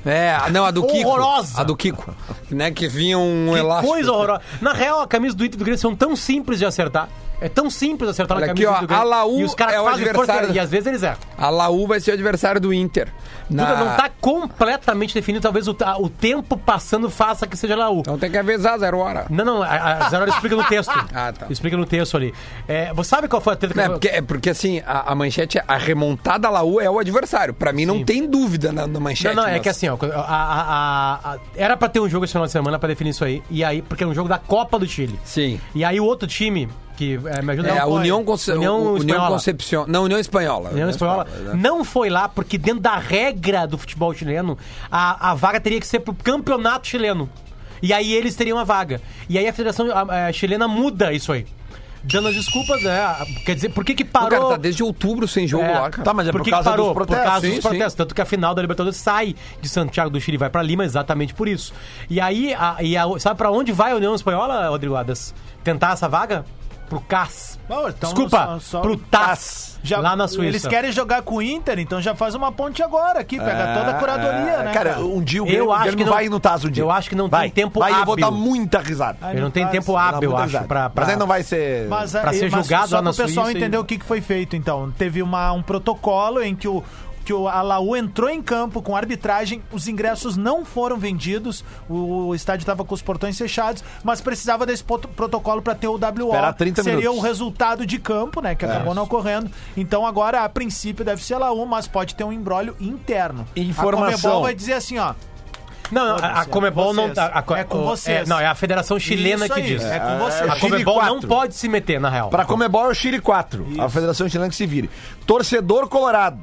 Speaker 1: É, a- não, a do Kiko.
Speaker 5: Horrorosa.
Speaker 1: A do Kiko. Né, que vinha um
Speaker 5: Que
Speaker 1: elástico.
Speaker 5: coisa horrorosa. Na real, a camisa do Inter e do Grêmio são tão simples de acertar. É tão simples acertar
Speaker 1: Olha
Speaker 5: na
Speaker 1: aqui,
Speaker 5: camisa
Speaker 1: ó,
Speaker 5: do Grêmio.
Speaker 1: Alaú
Speaker 5: e os caras
Speaker 1: é o
Speaker 5: fazem
Speaker 1: adversário-
Speaker 5: força e às vezes eles erram.
Speaker 1: A Laú vai ser o adversário do Inter. Na-
Speaker 5: Duda, não tá completamente definido. Talvez o, ta- o tempo passando faça que seja Laú.
Speaker 1: Então tem que avisar, zero hora.
Speaker 5: Não, não, a, a Zero explica no texto.
Speaker 1: <laughs> Ah, tá.
Speaker 5: Explica no texto ali. É, você sabe qual foi a treta que
Speaker 1: Não, é,
Speaker 5: foi-
Speaker 1: porque, é porque assim, a, a manchete é a remontada Laú é o adversário. Pra mim não tem dúvida na, na
Speaker 5: Não,
Speaker 1: manchete.
Speaker 5: não, é
Speaker 1: mas-
Speaker 5: que assim, ó, a- a- a- a- era pra ter um jogo esse final de semana pra definir isso aí. E aí, porque é um jogo da Copa do Chile.
Speaker 1: Sim.
Speaker 5: E aí o outro time, que é, me ajuda
Speaker 1: É a
Speaker 5: foi.
Speaker 1: União, Conce... né,
Speaker 5: União
Speaker 1: União, União
Speaker 5: Espanhola.
Speaker 1: Concepcion. Não, União Espanhola.
Speaker 5: União Espanhola, não foi lá porque dentro da regra do futebol chileno, a, a vaga teria que ser pro campeonato chileno. E aí eles teriam a vaga. E aí a Federação a- a chilena muda isso aí. Dando as desculpas, né? Quer dizer, por que que
Speaker 1: O
Speaker 5: parou...
Speaker 1: cara tá desde outubro sem jogo
Speaker 5: É.
Speaker 1: lá, cara.
Speaker 2: Tá, mas é
Speaker 5: por
Speaker 2: por
Speaker 5: que
Speaker 2: causa
Speaker 5: que parou?
Speaker 2: dos protestos.
Speaker 5: Por causa
Speaker 2: Sim,
Speaker 5: dos
Speaker 2: sim.
Speaker 5: protestos. Tanto que a final da Libertadores sai de Santiago do Chile e vai pra Lima exatamente por isso. E aí, a- e a- sabe pra onde vai a União Espanhola, Rodrigo Adas? Tentar essa vaga? Pro Cas.
Speaker 3: Não, então,
Speaker 5: Desculpa,
Speaker 3: só- só-
Speaker 5: pro Tas.
Speaker 3: Já-
Speaker 5: lá na Suíça.
Speaker 3: Eles querem jogar com o Inter, então já faz uma ponte agora aqui, pega toda a curadoria,
Speaker 2: É,
Speaker 3: né?
Speaker 2: Cara,
Speaker 3: cara?
Speaker 2: um dia o
Speaker 5: Eu
Speaker 2: Grêmio,
Speaker 5: acho
Speaker 2: o Grêmio
Speaker 5: que não-
Speaker 2: vai no Taz um dia.
Speaker 5: eu acho que não
Speaker 2: vai,
Speaker 5: tem tempo
Speaker 2: Vai, eu vou
Speaker 5: hábil.
Speaker 2: dar muita risada.
Speaker 3: Ai,
Speaker 5: Ele não tem
Speaker 3: faz.
Speaker 5: tempo
Speaker 2: Vou dar
Speaker 5: hábil, eu
Speaker 2: muita
Speaker 5: acho,
Speaker 2: risada.
Speaker 5: pra, pra...
Speaker 2: Mas aí não vai ser...
Speaker 3: Mas,
Speaker 5: Pra
Speaker 3: eh,
Speaker 5: ser
Speaker 3: mas
Speaker 5: julgado
Speaker 3: só
Speaker 5: lá na
Speaker 3: pro pessoal
Speaker 5: Suíça e-
Speaker 3: entender o que, que foi feito, então. Teve uma, um protocolo em que o que o Alaú entrou em campo com arbitragem, os ingressos não foram vendidos, o estádio estava com os portões fechados, mas precisava desse pot- protocolo para ter o WO.
Speaker 2: Esperar 30
Speaker 3: Seria
Speaker 2: minutos. É.
Speaker 3: o resultado de campo, né, que acabou não ocorrendo. Então agora, a princípio, deve ser Alaú, mas pode ter um embrólio interno.
Speaker 2: Informação.
Speaker 3: A Comebol vai dizer assim, ó...
Speaker 5: Não, a, a
Speaker 3: Foda-se,
Speaker 5: Comebol
Speaker 3: é
Speaker 5: não. tá-
Speaker 3: vocês.
Speaker 5: A, a-
Speaker 3: É com
Speaker 5: o-
Speaker 3: vocês.
Speaker 5: não, é a Federação Chilena
Speaker 3: Isso
Speaker 5: que
Speaker 3: aí,
Speaker 5: diz.
Speaker 3: É com você.
Speaker 5: A
Speaker 2: Chile
Speaker 5: Comebol não
Speaker 2: quatro.
Speaker 5: pode se meter, na real.
Speaker 2: Pra Comebol é o Chile 4, a Federação Chilena que se vire. Torcedor colorado,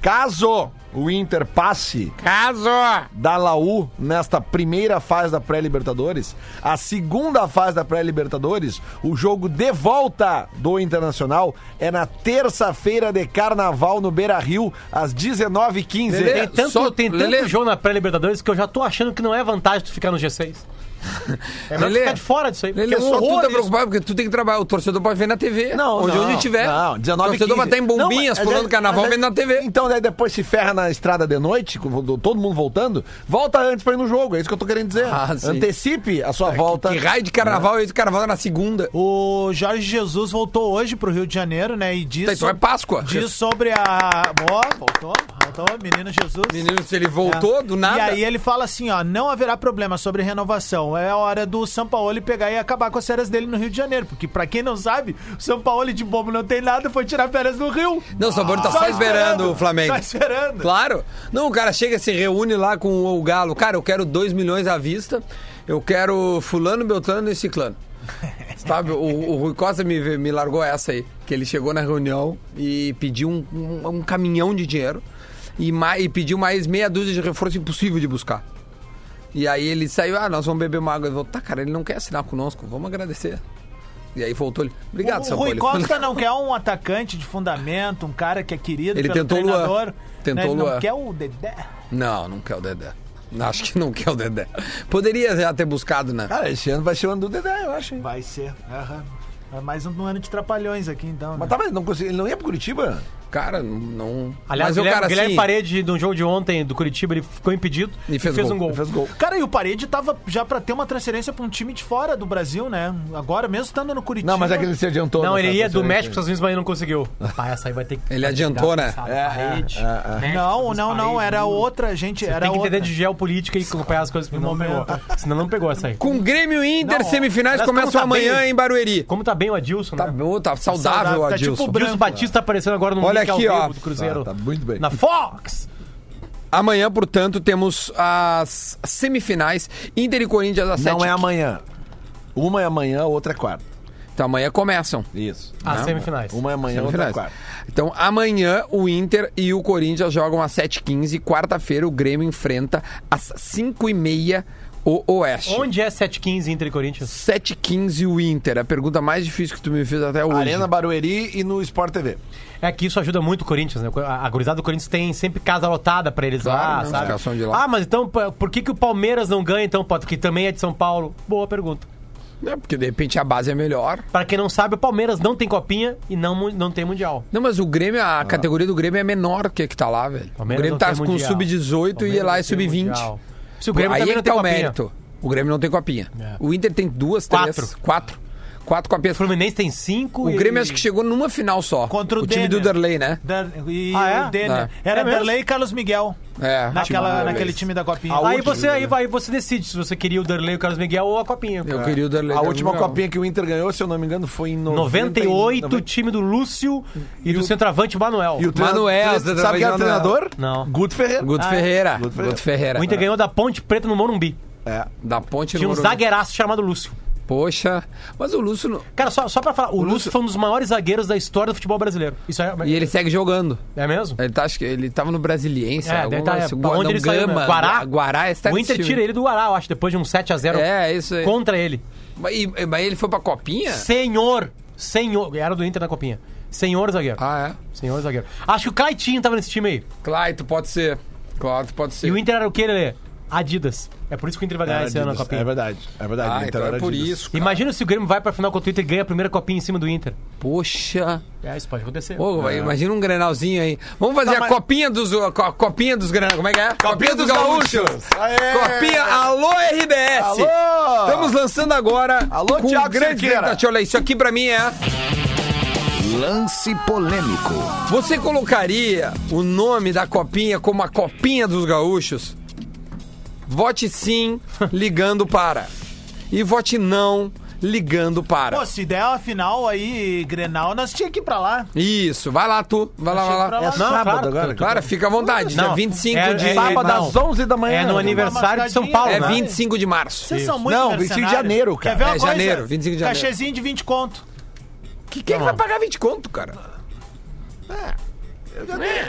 Speaker 2: caso o Inter passe
Speaker 1: Caso!
Speaker 2: da Laú nesta primeira fase da pré-Libertadores, a segunda fase da pré-Libertadores, o jogo de volta do Internacional é na terça-feira de Carnaval no Beira-Rio, às 19h15.
Speaker 5: Tem tanto,
Speaker 1: só-
Speaker 5: tem tanto
Speaker 1: Lele.
Speaker 5: jogo na pré-Libertadores que eu já tô achando que não é vantagem tu ficar no G6.
Speaker 1: <laughs>
Speaker 5: É melhor
Speaker 1: Lele.
Speaker 5: ficar de fora disso aí. porque
Speaker 1: Lele,
Speaker 5: é um
Speaker 1: só tu
Speaker 5: horror
Speaker 1: tá
Speaker 5: isso.
Speaker 1: preocupado, porque tu tem que trabalhar. O torcedor pode ver na TV.
Speaker 2: Não,
Speaker 1: onde,
Speaker 2: não,
Speaker 1: onde tiver.
Speaker 2: Não, é 19
Speaker 1: O torcedor vai estar em bombinhas, pulando carnaval, vendo na TV.
Speaker 2: Então, daí depois se ferra na estrada de noite, com todo mundo voltando, volta antes pra ir no jogo, é isso que eu tô querendo dizer.
Speaker 1: Ah, sim.
Speaker 2: Antecipe a sua volta.
Speaker 1: Que raio de carnaval, esse carnaval é na segunda.
Speaker 3: O Jorge Jesus voltou hoje pro Rio de Janeiro, né? E diz.
Speaker 1: Tá, então é Páscoa.
Speaker 3: Diz sobre a. Ó, voltou, voltou, menino Jesus.
Speaker 1: Menino, se ele voltou
Speaker 3: É.
Speaker 1: do nada.
Speaker 3: E aí ele fala assim, ó, não haverá problema sobre renovação. É a hora do Sampaoli pegar e acabar com as férias dele no Rio de Janeiro. Porque, pra quem não sabe, o Sampaoli de bobo não tem nada, foi tirar férias no Rio.
Speaker 1: Não, o Sabor tá só esperando o Flamengo.
Speaker 3: Tá esperando.
Speaker 1: Claro. Não, o cara chega, se reúne lá com o Galo. Cara, eu quero 2 milhões à vista. Eu quero fulano, beltrano e
Speaker 3: <laughs>
Speaker 1: ciclano. Sabe, o, o Rui Costa me, me largou essa aí. Que ele chegou na reunião e pediu um, um- um caminhão de dinheiro. E, mais, e pediu mais meia dúzia de reforço impossível de buscar. E aí ele saiu, ah, nós vamos beber uma água. Ele falou, tá, cara, ele não quer assinar conosco, vamos agradecer. E aí voltou ele. Obrigado,
Speaker 3: o Rui
Speaker 1: Sampaoli."
Speaker 3: Costa não quer um atacante de fundamento, um cara que é querido
Speaker 1: Ele tentou o Luan.
Speaker 3: treinador.
Speaker 1: Tentou
Speaker 3: né? Ele
Speaker 1: o Luan.
Speaker 3: não quer o Dedé.
Speaker 1: Não, não quer o Dedé. Acho que não quer o Dedé. Poderia já ter buscado, né?
Speaker 2: Cara, esse ano vai ser o ano do Dedé, eu acho. hein?
Speaker 3: Vai ser. Aham. É mais um ano de trapalhões aqui, então. né?
Speaker 2: Mas tá, mas não consegui, ele não ia pro Curitiba?
Speaker 1: Cara, não- não.
Speaker 5: Aliás,
Speaker 1: Mas
Speaker 5: o Guilherme,
Speaker 1: cara,
Speaker 5: Guilherme
Speaker 1: assim,
Speaker 5: Parede, no jogo de ontem do Curitiba, ele ficou impedido
Speaker 1: E fez gol.
Speaker 5: um gol.
Speaker 2: Fez gol.
Speaker 3: Cara, e o Parede tava já pra ter uma transferência pra um time de fora do Brasil, né? Agora, mesmo estando no Curitiba.
Speaker 2: Não, mas é que ele se adiantou.
Speaker 5: Não,
Speaker 2: né,
Speaker 5: ele
Speaker 2: cara,
Speaker 5: ia do
Speaker 2: transferência.
Speaker 5: México para os Estados Unidos, mas ele
Speaker 1: <laughs>
Speaker 5: não conseguiu. Pá, essa aí vai ter que.
Speaker 1: Ele
Speaker 5: vai ter que
Speaker 1: adiantou,
Speaker 5: dar
Speaker 1: né?
Speaker 5: uma
Speaker 2: É,
Speaker 5: parede,
Speaker 2: é, é.
Speaker 5: México,
Speaker 3: Não,
Speaker 5: essas
Speaker 3: não, não.
Speaker 5: paredes,
Speaker 3: Era
Speaker 5: não.
Speaker 3: outra, gente.
Speaker 5: Né? Você
Speaker 3: era
Speaker 5: tem que
Speaker 3: outra.
Speaker 5: entender de geopolítica e acompanhar as coisas porque não pegou. Senão não pegou essa aí.
Speaker 1: Com Grêmio e Inter,
Speaker 5: Não, ó,
Speaker 1: semifinais
Speaker 5: aliás,
Speaker 1: começam
Speaker 5: como tá
Speaker 1: amanhã
Speaker 5: bem-
Speaker 1: em Barueri.
Speaker 5: Como tá bem o Adilson,
Speaker 1: Tá
Speaker 2: É.
Speaker 5: né?
Speaker 1: bom, tá saudável,
Speaker 3: saudável, tá
Speaker 1: Adilson.
Speaker 3: tipo
Speaker 5: O Adilson
Speaker 3: branco,
Speaker 5: Batista aparecendo agora no
Speaker 1: Olha
Speaker 5: link ao
Speaker 1: aqui,
Speaker 5: vivo
Speaker 1: ó.
Speaker 5: do Cruzeiro.
Speaker 2: Tá, tá muito bem.
Speaker 5: Na Fox!
Speaker 1: Amanhã, portanto, temos as semifinais. Inter e Corinthians às 7
Speaker 2: Não é amanhã. Uma é amanhã, outra é quarta.
Speaker 1: Então amanhã começam.
Speaker 2: Isso.
Speaker 5: As semifinais.
Speaker 2: Uma é amanhã, outra é
Speaker 1: Semifinais.
Speaker 2: quarta.
Speaker 1: Então, amanhã o Inter e o Corinthians jogam às 7h15. Quarta-feira, o Grêmio enfrenta às 5h30 o Oeste.
Speaker 5: Onde é 7-15 Inter e Corinthians?
Speaker 1: 7h15 o Inter. A pergunta mais difícil que tu me fez até hoje.
Speaker 2: Arena Barueri e no Sport TV.
Speaker 5: É que isso ajuda muito o Corinthians, né? A a gurizada do Corinthians tem sempre casa lotada pra eles
Speaker 1: Claro,
Speaker 5: lá,
Speaker 1: né? Indicação
Speaker 5: sabe?
Speaker 1: de lá.
Speaker 5: Ah, mas então p- por que, que o Palmeiras não ganha então, Potter? Que também é de São Paulo? Boa pergunta.
Speaker 1: É, porque de repente a base é melhor.
Speaker 5: Pra quem não sabe, o Palmeiras não tem copinha e não, mu- não tem mundial.
Speaker 1: Não, mas o Grêmio,
Speaker 5: Ah.
Speaker 1: a categoria do Grêmio é menor que a que tá lá, velho. o
Speaker 5: Palmeiras
Speaker 1: Grêmio
Speaker 5: não
Speaker 1: tá
Speaker 5: tem
Speaker 1: com
Speaker 5: mundial.
Speaker 1: sub-18 e
Speaker 5: Palmeiras
Speaker 1: lá
Speaker 5: não
Speaker 1: é
Speaker 5: tem
Speaker 1: sub-20.
Speaker 5: mundial. Se o Grêmio
Speaker 1: Aí é
Speaker 5: também
Speaker 1: que
Speaker 5: não tem
Speaker 1: tá o
Speaker 5: copinha.
Speaker 1: mérito. O Grêmio não tem copinha.
Speaker 5: É.
Speaker 1: O Inter tem duas, três,
Speaker 5: Quatro.
Speaker 1: quatro. Quatro copinhas.
Speaker 5: O Fluminense tem cinco.
Speaker 1: O
Speaker 5: e-
Speaker 1: Grêmio acho que chegou numa final só.
Speaker 3: Contra o
Speaker 1: time do
Speaker 3: Denner.
Speaker 1: Derley, né?
Speaker 3: Dar- e
Speaker 5: Ah, é?
Speaker 3: o Denner.
Speaker 1: É.
Speaker 3: Era
Speaker 5: É mesmo?
Speaker 3: Derley e Carlos Miguel.
Speaker 1: É.
Speaker 3: naquela,
Speaker 1: time do
Speaker 3: naquele
Speaker 1: Derlei.
Speaker 3: time da Copinha.
Speaker 5: Aí
Speaker 1: né?
Speaker 5: você, aí, vai, você decide se você queria o Derlei, o Carlos Miguel ou a copinha.
Speaker 1: Eu queria o Derlei.
Speaker 2: A última
Speaker 1: Gabriel.
Speaker 2: copinha que o Inter ganhou, se eu não me engano, foi em 90 e-
Speaker 5: 98,
Speaker 2: 90.
Speaker 5: time do Lúcio e, do centroavante Manuel.
Speaker 2: E o treina-
Speaker 1: Manuel,
Speaker 2: tre-
Speaker 1: você
Speaker 2: sabe quem era o
Speaker 1: trabalhou
Speaker 2: treinador?
Speaker 5: Não.
Speaker 2: tá Guto Ferreira.
Speaker 1: Guto
Speaker 5: Ah,
Speaker 1: Ferreira.
Speaker 2: Guto
Speaker 1: Guto
Speaker 2: Ferreira.
Speaker 1: Ferreira.
Speaker 5: é. O Inter ganhou da Ponte Preta no Morumbi.
Speaker 2: É.
Speaker 1: Da ponte
Speaker 5: Tinha um
Speaker 1: Morumbi.
Speaker 5: zagueiraço chamado Lúcio.
Speaker 1: Poxa. Mas o Lúcio... não-
Speaker 5: Cara, só, só pra falar, o, Lúcio, foi um dos maiores zagueiros da história do futebol brasileiro. Isso é,
Speaker 1: E ele segue jogando.
Speaker 5: é mesmo?
Speaker 1: Ele, tá, acho que ele tava no Brasiliense.
Speaker 5: É,
Speaker 1: alguma
Speaker 5: daí tá-
Speaker 1: coisa assim.
Speaker 5: pra onde
Speaker 1: Não,
Speaker 5: ele saiu, né?
Speaker 1: Gama,
Speaker 5: Guará.
Speaker 1: Guará. esse tá
Speaker 5: o Inter
Speaker 1: nesse
Speaker 5: tira
Speaker 1: time.
Speaker 5: ele do Guará, eu acho, depois de um 7x0
Speaker 1: É, isso aí. É.
Speaker 5: contra ele.
Speaker 1: Mas, e- mas ele foi pra copinha?
Speaker 5: Senhor, senhor, era do Inter da Copinha. Senhor zagueiro.
Speaker 1: Ah, é.
Speaker 5: Senhor zagueiro. Acho que o Claitinho tava nesse time aí.
Speaker 1: Claito, pode ser. Claito, pode ser.
Speaker 5: E o Inter era o que, Lelê? Adidas. É por isso que o Inter vai ganhar esse ano a
Speaker 2: Adidas.
Speaker 5: Copinha.
Speaker 2: É verdade, é verdade.
Speaker 1: Ah,
Speaker 2: Inter
Speaker 1: então
Speaker 2: era
Speaker 1: é por
Speaker 2: Adidas.
Speaker 1: isso. cara.
Speaker 5: Imagina se o Grêmio vai pra final contra o Inter e ganha a primeira copinha em cima do Inter.
Speaker 1: Poxa.
Speaker 5: É, isso pode acontecer.
Speaker 1: Ô, vai- Imagina um grenalzinho aí. Vamos
Speaker 5: Tá,
Speaker 1: fazer a
Speaker 2: mas-
Speaker 1: copinha dos. a co- copinha dos grenal. Como é que é? Copinha,
Speaker 2: dos Gaúchos. Aê!
Speaker 1: Copinha. Alô, RBS.
Speaker 2: Alô!
Speaker 1: Estamos lançando agora.
Speaker 2: Alô,
Speaker 1: com
Speaker 2: Thiago
Speaker 1: grande
Speaker 2: Cerqueira.
Speaker 1: tentativa. Olha, isso aqui pra mim é.
Speaker 4: Lance polêmico.
Speaker 1: Você colocaria o nome da copinha como a copinha dos gaúchos? Vote sim, ligando para. E vote não, ligando para.
Speaker 3: Pô, se der uma final aí, Grenal, nós tínhamos que ir pra lá.
Speaker 1: Isso, vai lá tu, vai lá, vai
Speaker 3: pra
Speaker 1: lá.
Speaker 3: lá.
Speaker 2: É sábado
Speaker 5: Ah, claro,
Speaker 2: agora.
Speaker 1: Claro, fica à vontade, dia
Speaker 5: Não,
Speaker 1: 25
Speaker 5: é-
Speaker 1: de
Speaker 5: é-
Speaker 1: sábado.
Speaker 2: Sábado às
Speaker 5: não.
Speaker 2: 11 da manhã.
Speaker 5: É no
Speaker 2: um
Speaker 5: aniversário de São Paulo,
Speaker 1: É
Speaker 5: né?
Speaker 1: 25 de março.
Speaker 3: Vocês são muito
Speaker 2: Não, 25 de
Speaker 3: mercenários.
Speaker 2: janeiro, cara.
Speaker 3: Quer ver uma
Speaker 1: É,
Speaker 3: coisa?
Speaker 1: janeiro, 25 de janeiro.
Speaker 3: Cachezinho de 20 conto.
Speaker 1: Que quem vai pagar 20 conto, cara?
Speaker 2: É,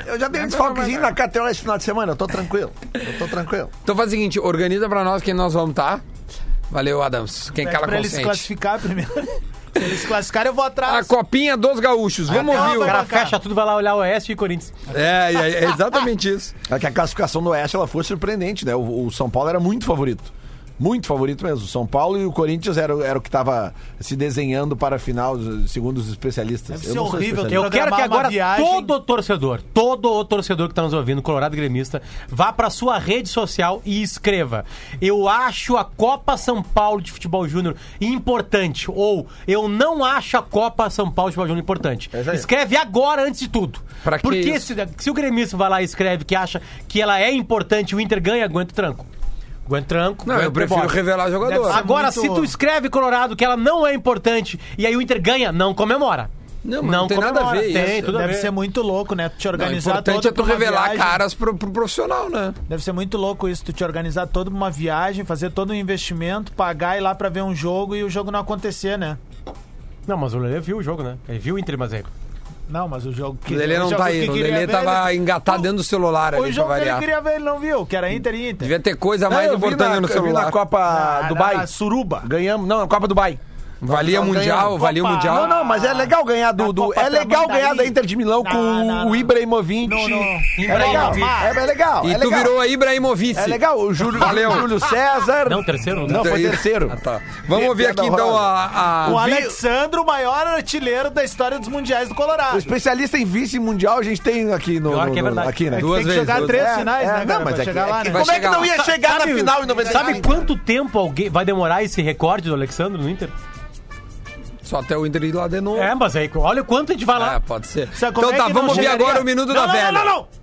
Speaker 2: Eu já dei um desfalquezinho na KTO esse final de semana, eu tô tranquilo. Eu tô tranquilo.
Speaker 1: Então faz o seguinte, organiza pra nós quem nós vamos tá. Valeu, Adams. Quem
Speaker 3: Pede
Speaker 1: cala
Speaker 3: pra eles se
Speaker 1: consciente. <laughs>
Speaker 3: classificar primeiro. se eles se classificarem, eu vou
Speaker 1: A
Speaker 3: atrás.
Speaker 1: copinha dos gaúchos. Vamos
Speaker 3: Até
Speaker 1: ouvir.
Speaker 3: uma
Speaker 5: O cara
Speaker 3: vai bancar.
Speaker 5: fecha tudo, vai lá olhar o Oeste e Corinthians.
Speaker 1: É, é, é exatamente isso.
Speaker 2: É que a classificação do Oeste ela foi surpreendente, né? O, o São Paulo era muito favorito. Muito favorito mesmo. O São Paulo e o Corinthians era, o- era o que estava se desenhando para a final, segundo os especialistas.
Speaker 3: Deve
Speaker 2: Eu
Speaker 3: ser
Speaker 2: não sou
Speaker 3: horrível
Speaker 2: especialista.
Speaker 5: Eu quero que
Speaker 3: Programar uma
Speaker 5: agora
Speaker 3: viagem.
Speaker 5: todo o torcedor, todo o torcedor que está nos ouvindo, Colorado Gremista, vá para sua rede social e escreva. Eu acho a Copa São Paulo de Futebol Júnior importante. Ou eu não acho a Copa São Paulo de Futebol Júnior importante.
Speaker 2: isso aí.
Speaker 5: Escreve agora antes de tudo.
Speaker 1: É Pra que
Speaker 5: Porque
Speaker 1: isso?
Speaker 5: se, se o gremista vai lá e escreve que acha que ela é importante, o Inter ganha, aguenta o tranco. Aguenta o tranco.
Speaker 1: Não,
Speaker 5: aguenta
Speaker 1: eu
Speaker 5: o
Speaker 1: prefiro
Speaker 5: rebote.
Speaker 1: revelar jogador.
Speaker 3: Deve ser-
Speaker 5: Agora,
Speaker 3: muito-
Speaker 5: se tu escreve Colorado que ela não é importante e aí o Inter ganha, não comemora.
Speaker 1: Não, mas não tem nada a ver
Speaker 5: Tem,
Speaker 1: isso.
Speaker 5: tudo a
Speaker 3: Deve
Speaker 5: ver.
Speaker 3: ser muito louco, né? Tu te
Speaker 1: Não, o
Speaker 3: organizar todo
Speaker 1: importante é tu
Speaker 3: pra uma
Speaker 1: revelar
Speaker 3: viagem.
Speaker 1: caras pro, pro profissional, né?
Speaker 3: Deve ser muito louco isso, tu te organizar todo pra uma viagem, fazer todo um investimento, pagar e ir lá pra ver um jogo e o jogo não acontecer, né?
Speaker 5: Não, mas o Lelê viu o jogo, né? Ele viu o Inter, mas é.
Speaker 3: Não, mas o jogo que
Speaker 1: O Lelê não
Speaker 3: jogo
Speaker 1: tá
Speaker 3: que
Speaker 1: aí. O
Speaker 3: queria
Speaker 1: Lelê
Speaker 3: ver,
Speaker 1: tava
Speaker 3: ele-
Speaker 1: engatado
Speaker 3: O-
Speaker 1: dentro do celular
Speaker 3: O
Speaker 1: ali pra
Speaker 3: jogo que ele
Speaker 1: variar.
Speaker 3: queria ver, ele não viu, que era Inter e Inter.
Speaker 1: Devia ter coisa
Speaker 2: Não,
Speaker 1: mais
Speaker 2: eu vi
Speaker 1: importante
Speaker 2: na-
Speaker 1: no
Speaker 2: Eu vi na
Speaker 1: celular.
Speaker 2: Copa
Speaker 3: Ah,
Speaker 2: Dubai.
Speaker 3: na Suruba.
Speaker 2: Ganhamos. Não, na Copa Dubai.
Speaker 1: Valia
Speaker 2: Nós
Speaker 1: mundial,
Speaker 2: ganhamos.
Speaker 1: valia
Speaker 3: Copa.
Speaker 1: mundial.
Speaker 2: Não, não, mas é legal ganhar do.
Speaker 3: Na
Speaker 2: do-
Speaker 3: Copa
Speaker 2: é legal
Speaker 3: Tramandaí.
Speaker 2: ganhar da Inter de Milão
Speaker 3: Não,
Speaker 2: com
Speaker 3: não, não.
Speaker 2: o Ibrahimovic.
Speaker 3: Não, não.
Speaker 2: É legal.
Speaker 5: Ibrahimovic.
Speaker 2: É, é legal.
Speaker 1: E
Speaker 2: é
Speaker 1: tu
Speaker 2: legal.
Speaker 1: virou a Ibrahimovic.
Speaker 2: É legal. O Júlio,
Speaker 1: Valeu.
Speaker 2: Júlio César.
Speaker 5: Não, terceiro, né?
Speaker 2: Não, foi
Speaker 1: Então,
Speaker 2: terceiro.
Speaker 1: Ah, tá. Vamos ouvir aqui então a. a-
Speaker 3: O Alexandro, o maior artilheiro da história dos mundiais do
Speaker 2: O
Speaker 3: Colorado.
Speaker 2: especialista em vice mundial a gente tem aqui no.
Speaker 5: Pior
Speaker 2: no-
Speaker 5: que é
Speaker 2: no-
Speaker 5: verdade.
Speaker 2: aqui, né?
Speaker 1: Duas
Speaker 3: Tem que
Speaker 1: vezes,
Speaker 3: jogar
Speaker 1: duas
Speaker 3: três
Speaker 1: vezes.
Speaker 3: finais,
Speaker 2: É,
Speaker 3: né?
Speaker 2: não,
Speaker 3: cara,
Speaker 2: mas
Speaker 3: pra
Speaker 2: é que-
Speaker 3: chegar
Speaker 2: é
Speaker 3: lá,
Speaker 2: que
Speaker 3: né?
Speaker 1: vai
Speaker 2: Como é que
Speaker 1: chegar
Speaker 2: não
Speaker 1: lá.
Speaker 2: ia chegar na final em 95?
Speaker 5: Sabe quanto tempo alguém vai demorar esse recorde do Alexandre no Inter?
Speaker 1: Só até o Inter ir lá de novo.
Speaker 5: É, mas aí, olha o quanto a gente vai lá.
Speaker 1: É, pode ser.
Speaker 3: Sabe como
Speaker 1: então
Speaker 3: é
Speaker 1: tá,
Speaker 3: que não
Speaker 1: vamos ouvir
Speaker 3: chegaria?
Speaker 1: agora o Minuto
Speaker 3: Não,
Speaker 1: da
Speaker 3: não,
Speaker 1: Velha.
Speaker 3: Não, não, não!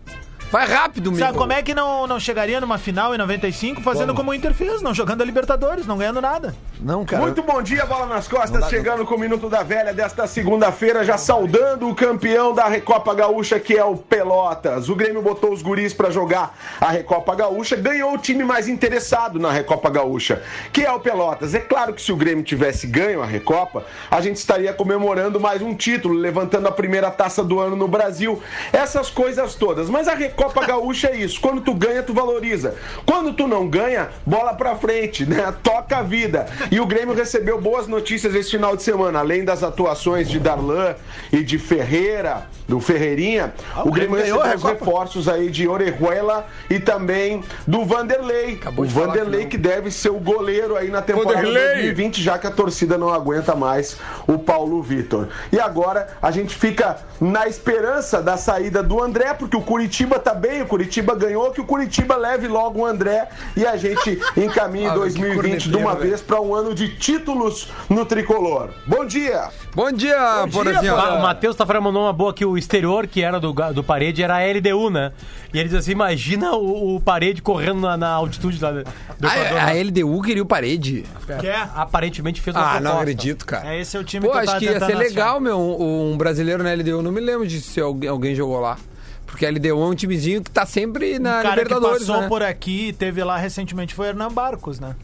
Speaker 1: Vai rápido, Minuto.
Speaker 3: Sabe como é que não, não chegaria numa final em 95 fazendo como o Inter fez, não jogando a Libertadores, não ganhando nada?
Speaker 2: Não, cara.
Speaker 4: Muito bom dia, bola nas costas, chegando com o Minuto da Velha desta segunda-feira, já saudando o campeão da Recopa Gaúcha, que é o Pelotas. O Grêmio botou os guris pra jogar a Recopa Gaúcha, ganhou o time mais interessado na Recopa Gaúcha, que é o Pelotas. É claro que se o Grêmio tivesse ganho a Recopa, a gente estaria comemorando mais um título, levantando a primeira taça do ano no Brasil, essas coisas todas. Mas a Recopa Gaúcha é isso, quando tu ganha, tu valoriza. Quando tu não ganha, bola pra frente, né? Toca a vida. E o Grêmio recebeu boas notícias esse final de semana, além das atuações de Darlan e de Ferreira, do Ferreirinha. o Grêmio
Speaker 2: ganhou a
Speaker 4: recebeu os
Speaker 2: Recopa.
Speaker 4: reforços aí de Orejuela e também do Vanderlei. o
Speaker 1: de falar
Speaker 4: Vanderlei que, deve ser o goleiro aí na temporada
Speaker 1: Vanderlei!
Speaker 4: 2020, já que a torcida não aguenta mais o Paulo Vitor. E agora a gente fica na esperança da saída do André, porque o Curitiba tá bem, o Curitiba ganhou, que o Curitiba leve logo o André e a gente encaminhe
Speaker 1: Ah, que
Speaker 4: 2020 de
Speaker 1: corneteiro,
Speaker 4: uma
Speaker 1: velho.
Speaker 4: vez para um ano de títulos no tricolor. Bom dia!
Speaker 1: Bom dia, Porazinho.
Speaker 5: Ma- O Matheus Tafara mandou uma boa que o exterior, que era do, ga- do parede, era a LDU, né? E ele diz assim: imagina o, o parede correndo na, na altitude lá do do Equador.
Speaker 1: Ah, é,
Speaker 5: é,
Speaker 1: A, a LDU queria o parede.
Speaker 3: Quer?
Speaker 5: Aparentemente fez uma
Speaker 1: Ah, não
Speaker 5: proposta.
Speaker 1: acredito, cara.
Speaker 3: É, esse é o time
Speaker 1: Pô,
Speaker 3: que eu
Speaker 1: acho
Speaker 3: tava
Speaker 1: que ia
Speaker 3: tentando
Speaker 1: ser
Speaker 3: achar.
Speaker 1: legal, meu, um, um brasileiro na LDU. Não me lembro de se alguém, alguém jogou lá. Porque a LDU é um timezinho que tá sempre na
Speaker 3: O Um cara que
Speaker 1: Libertadores,
Speaker 3: passou
Speaker 1: né?
Speaker 3: por aqui e teve lá recentemente foi o Hernan Barcos, né?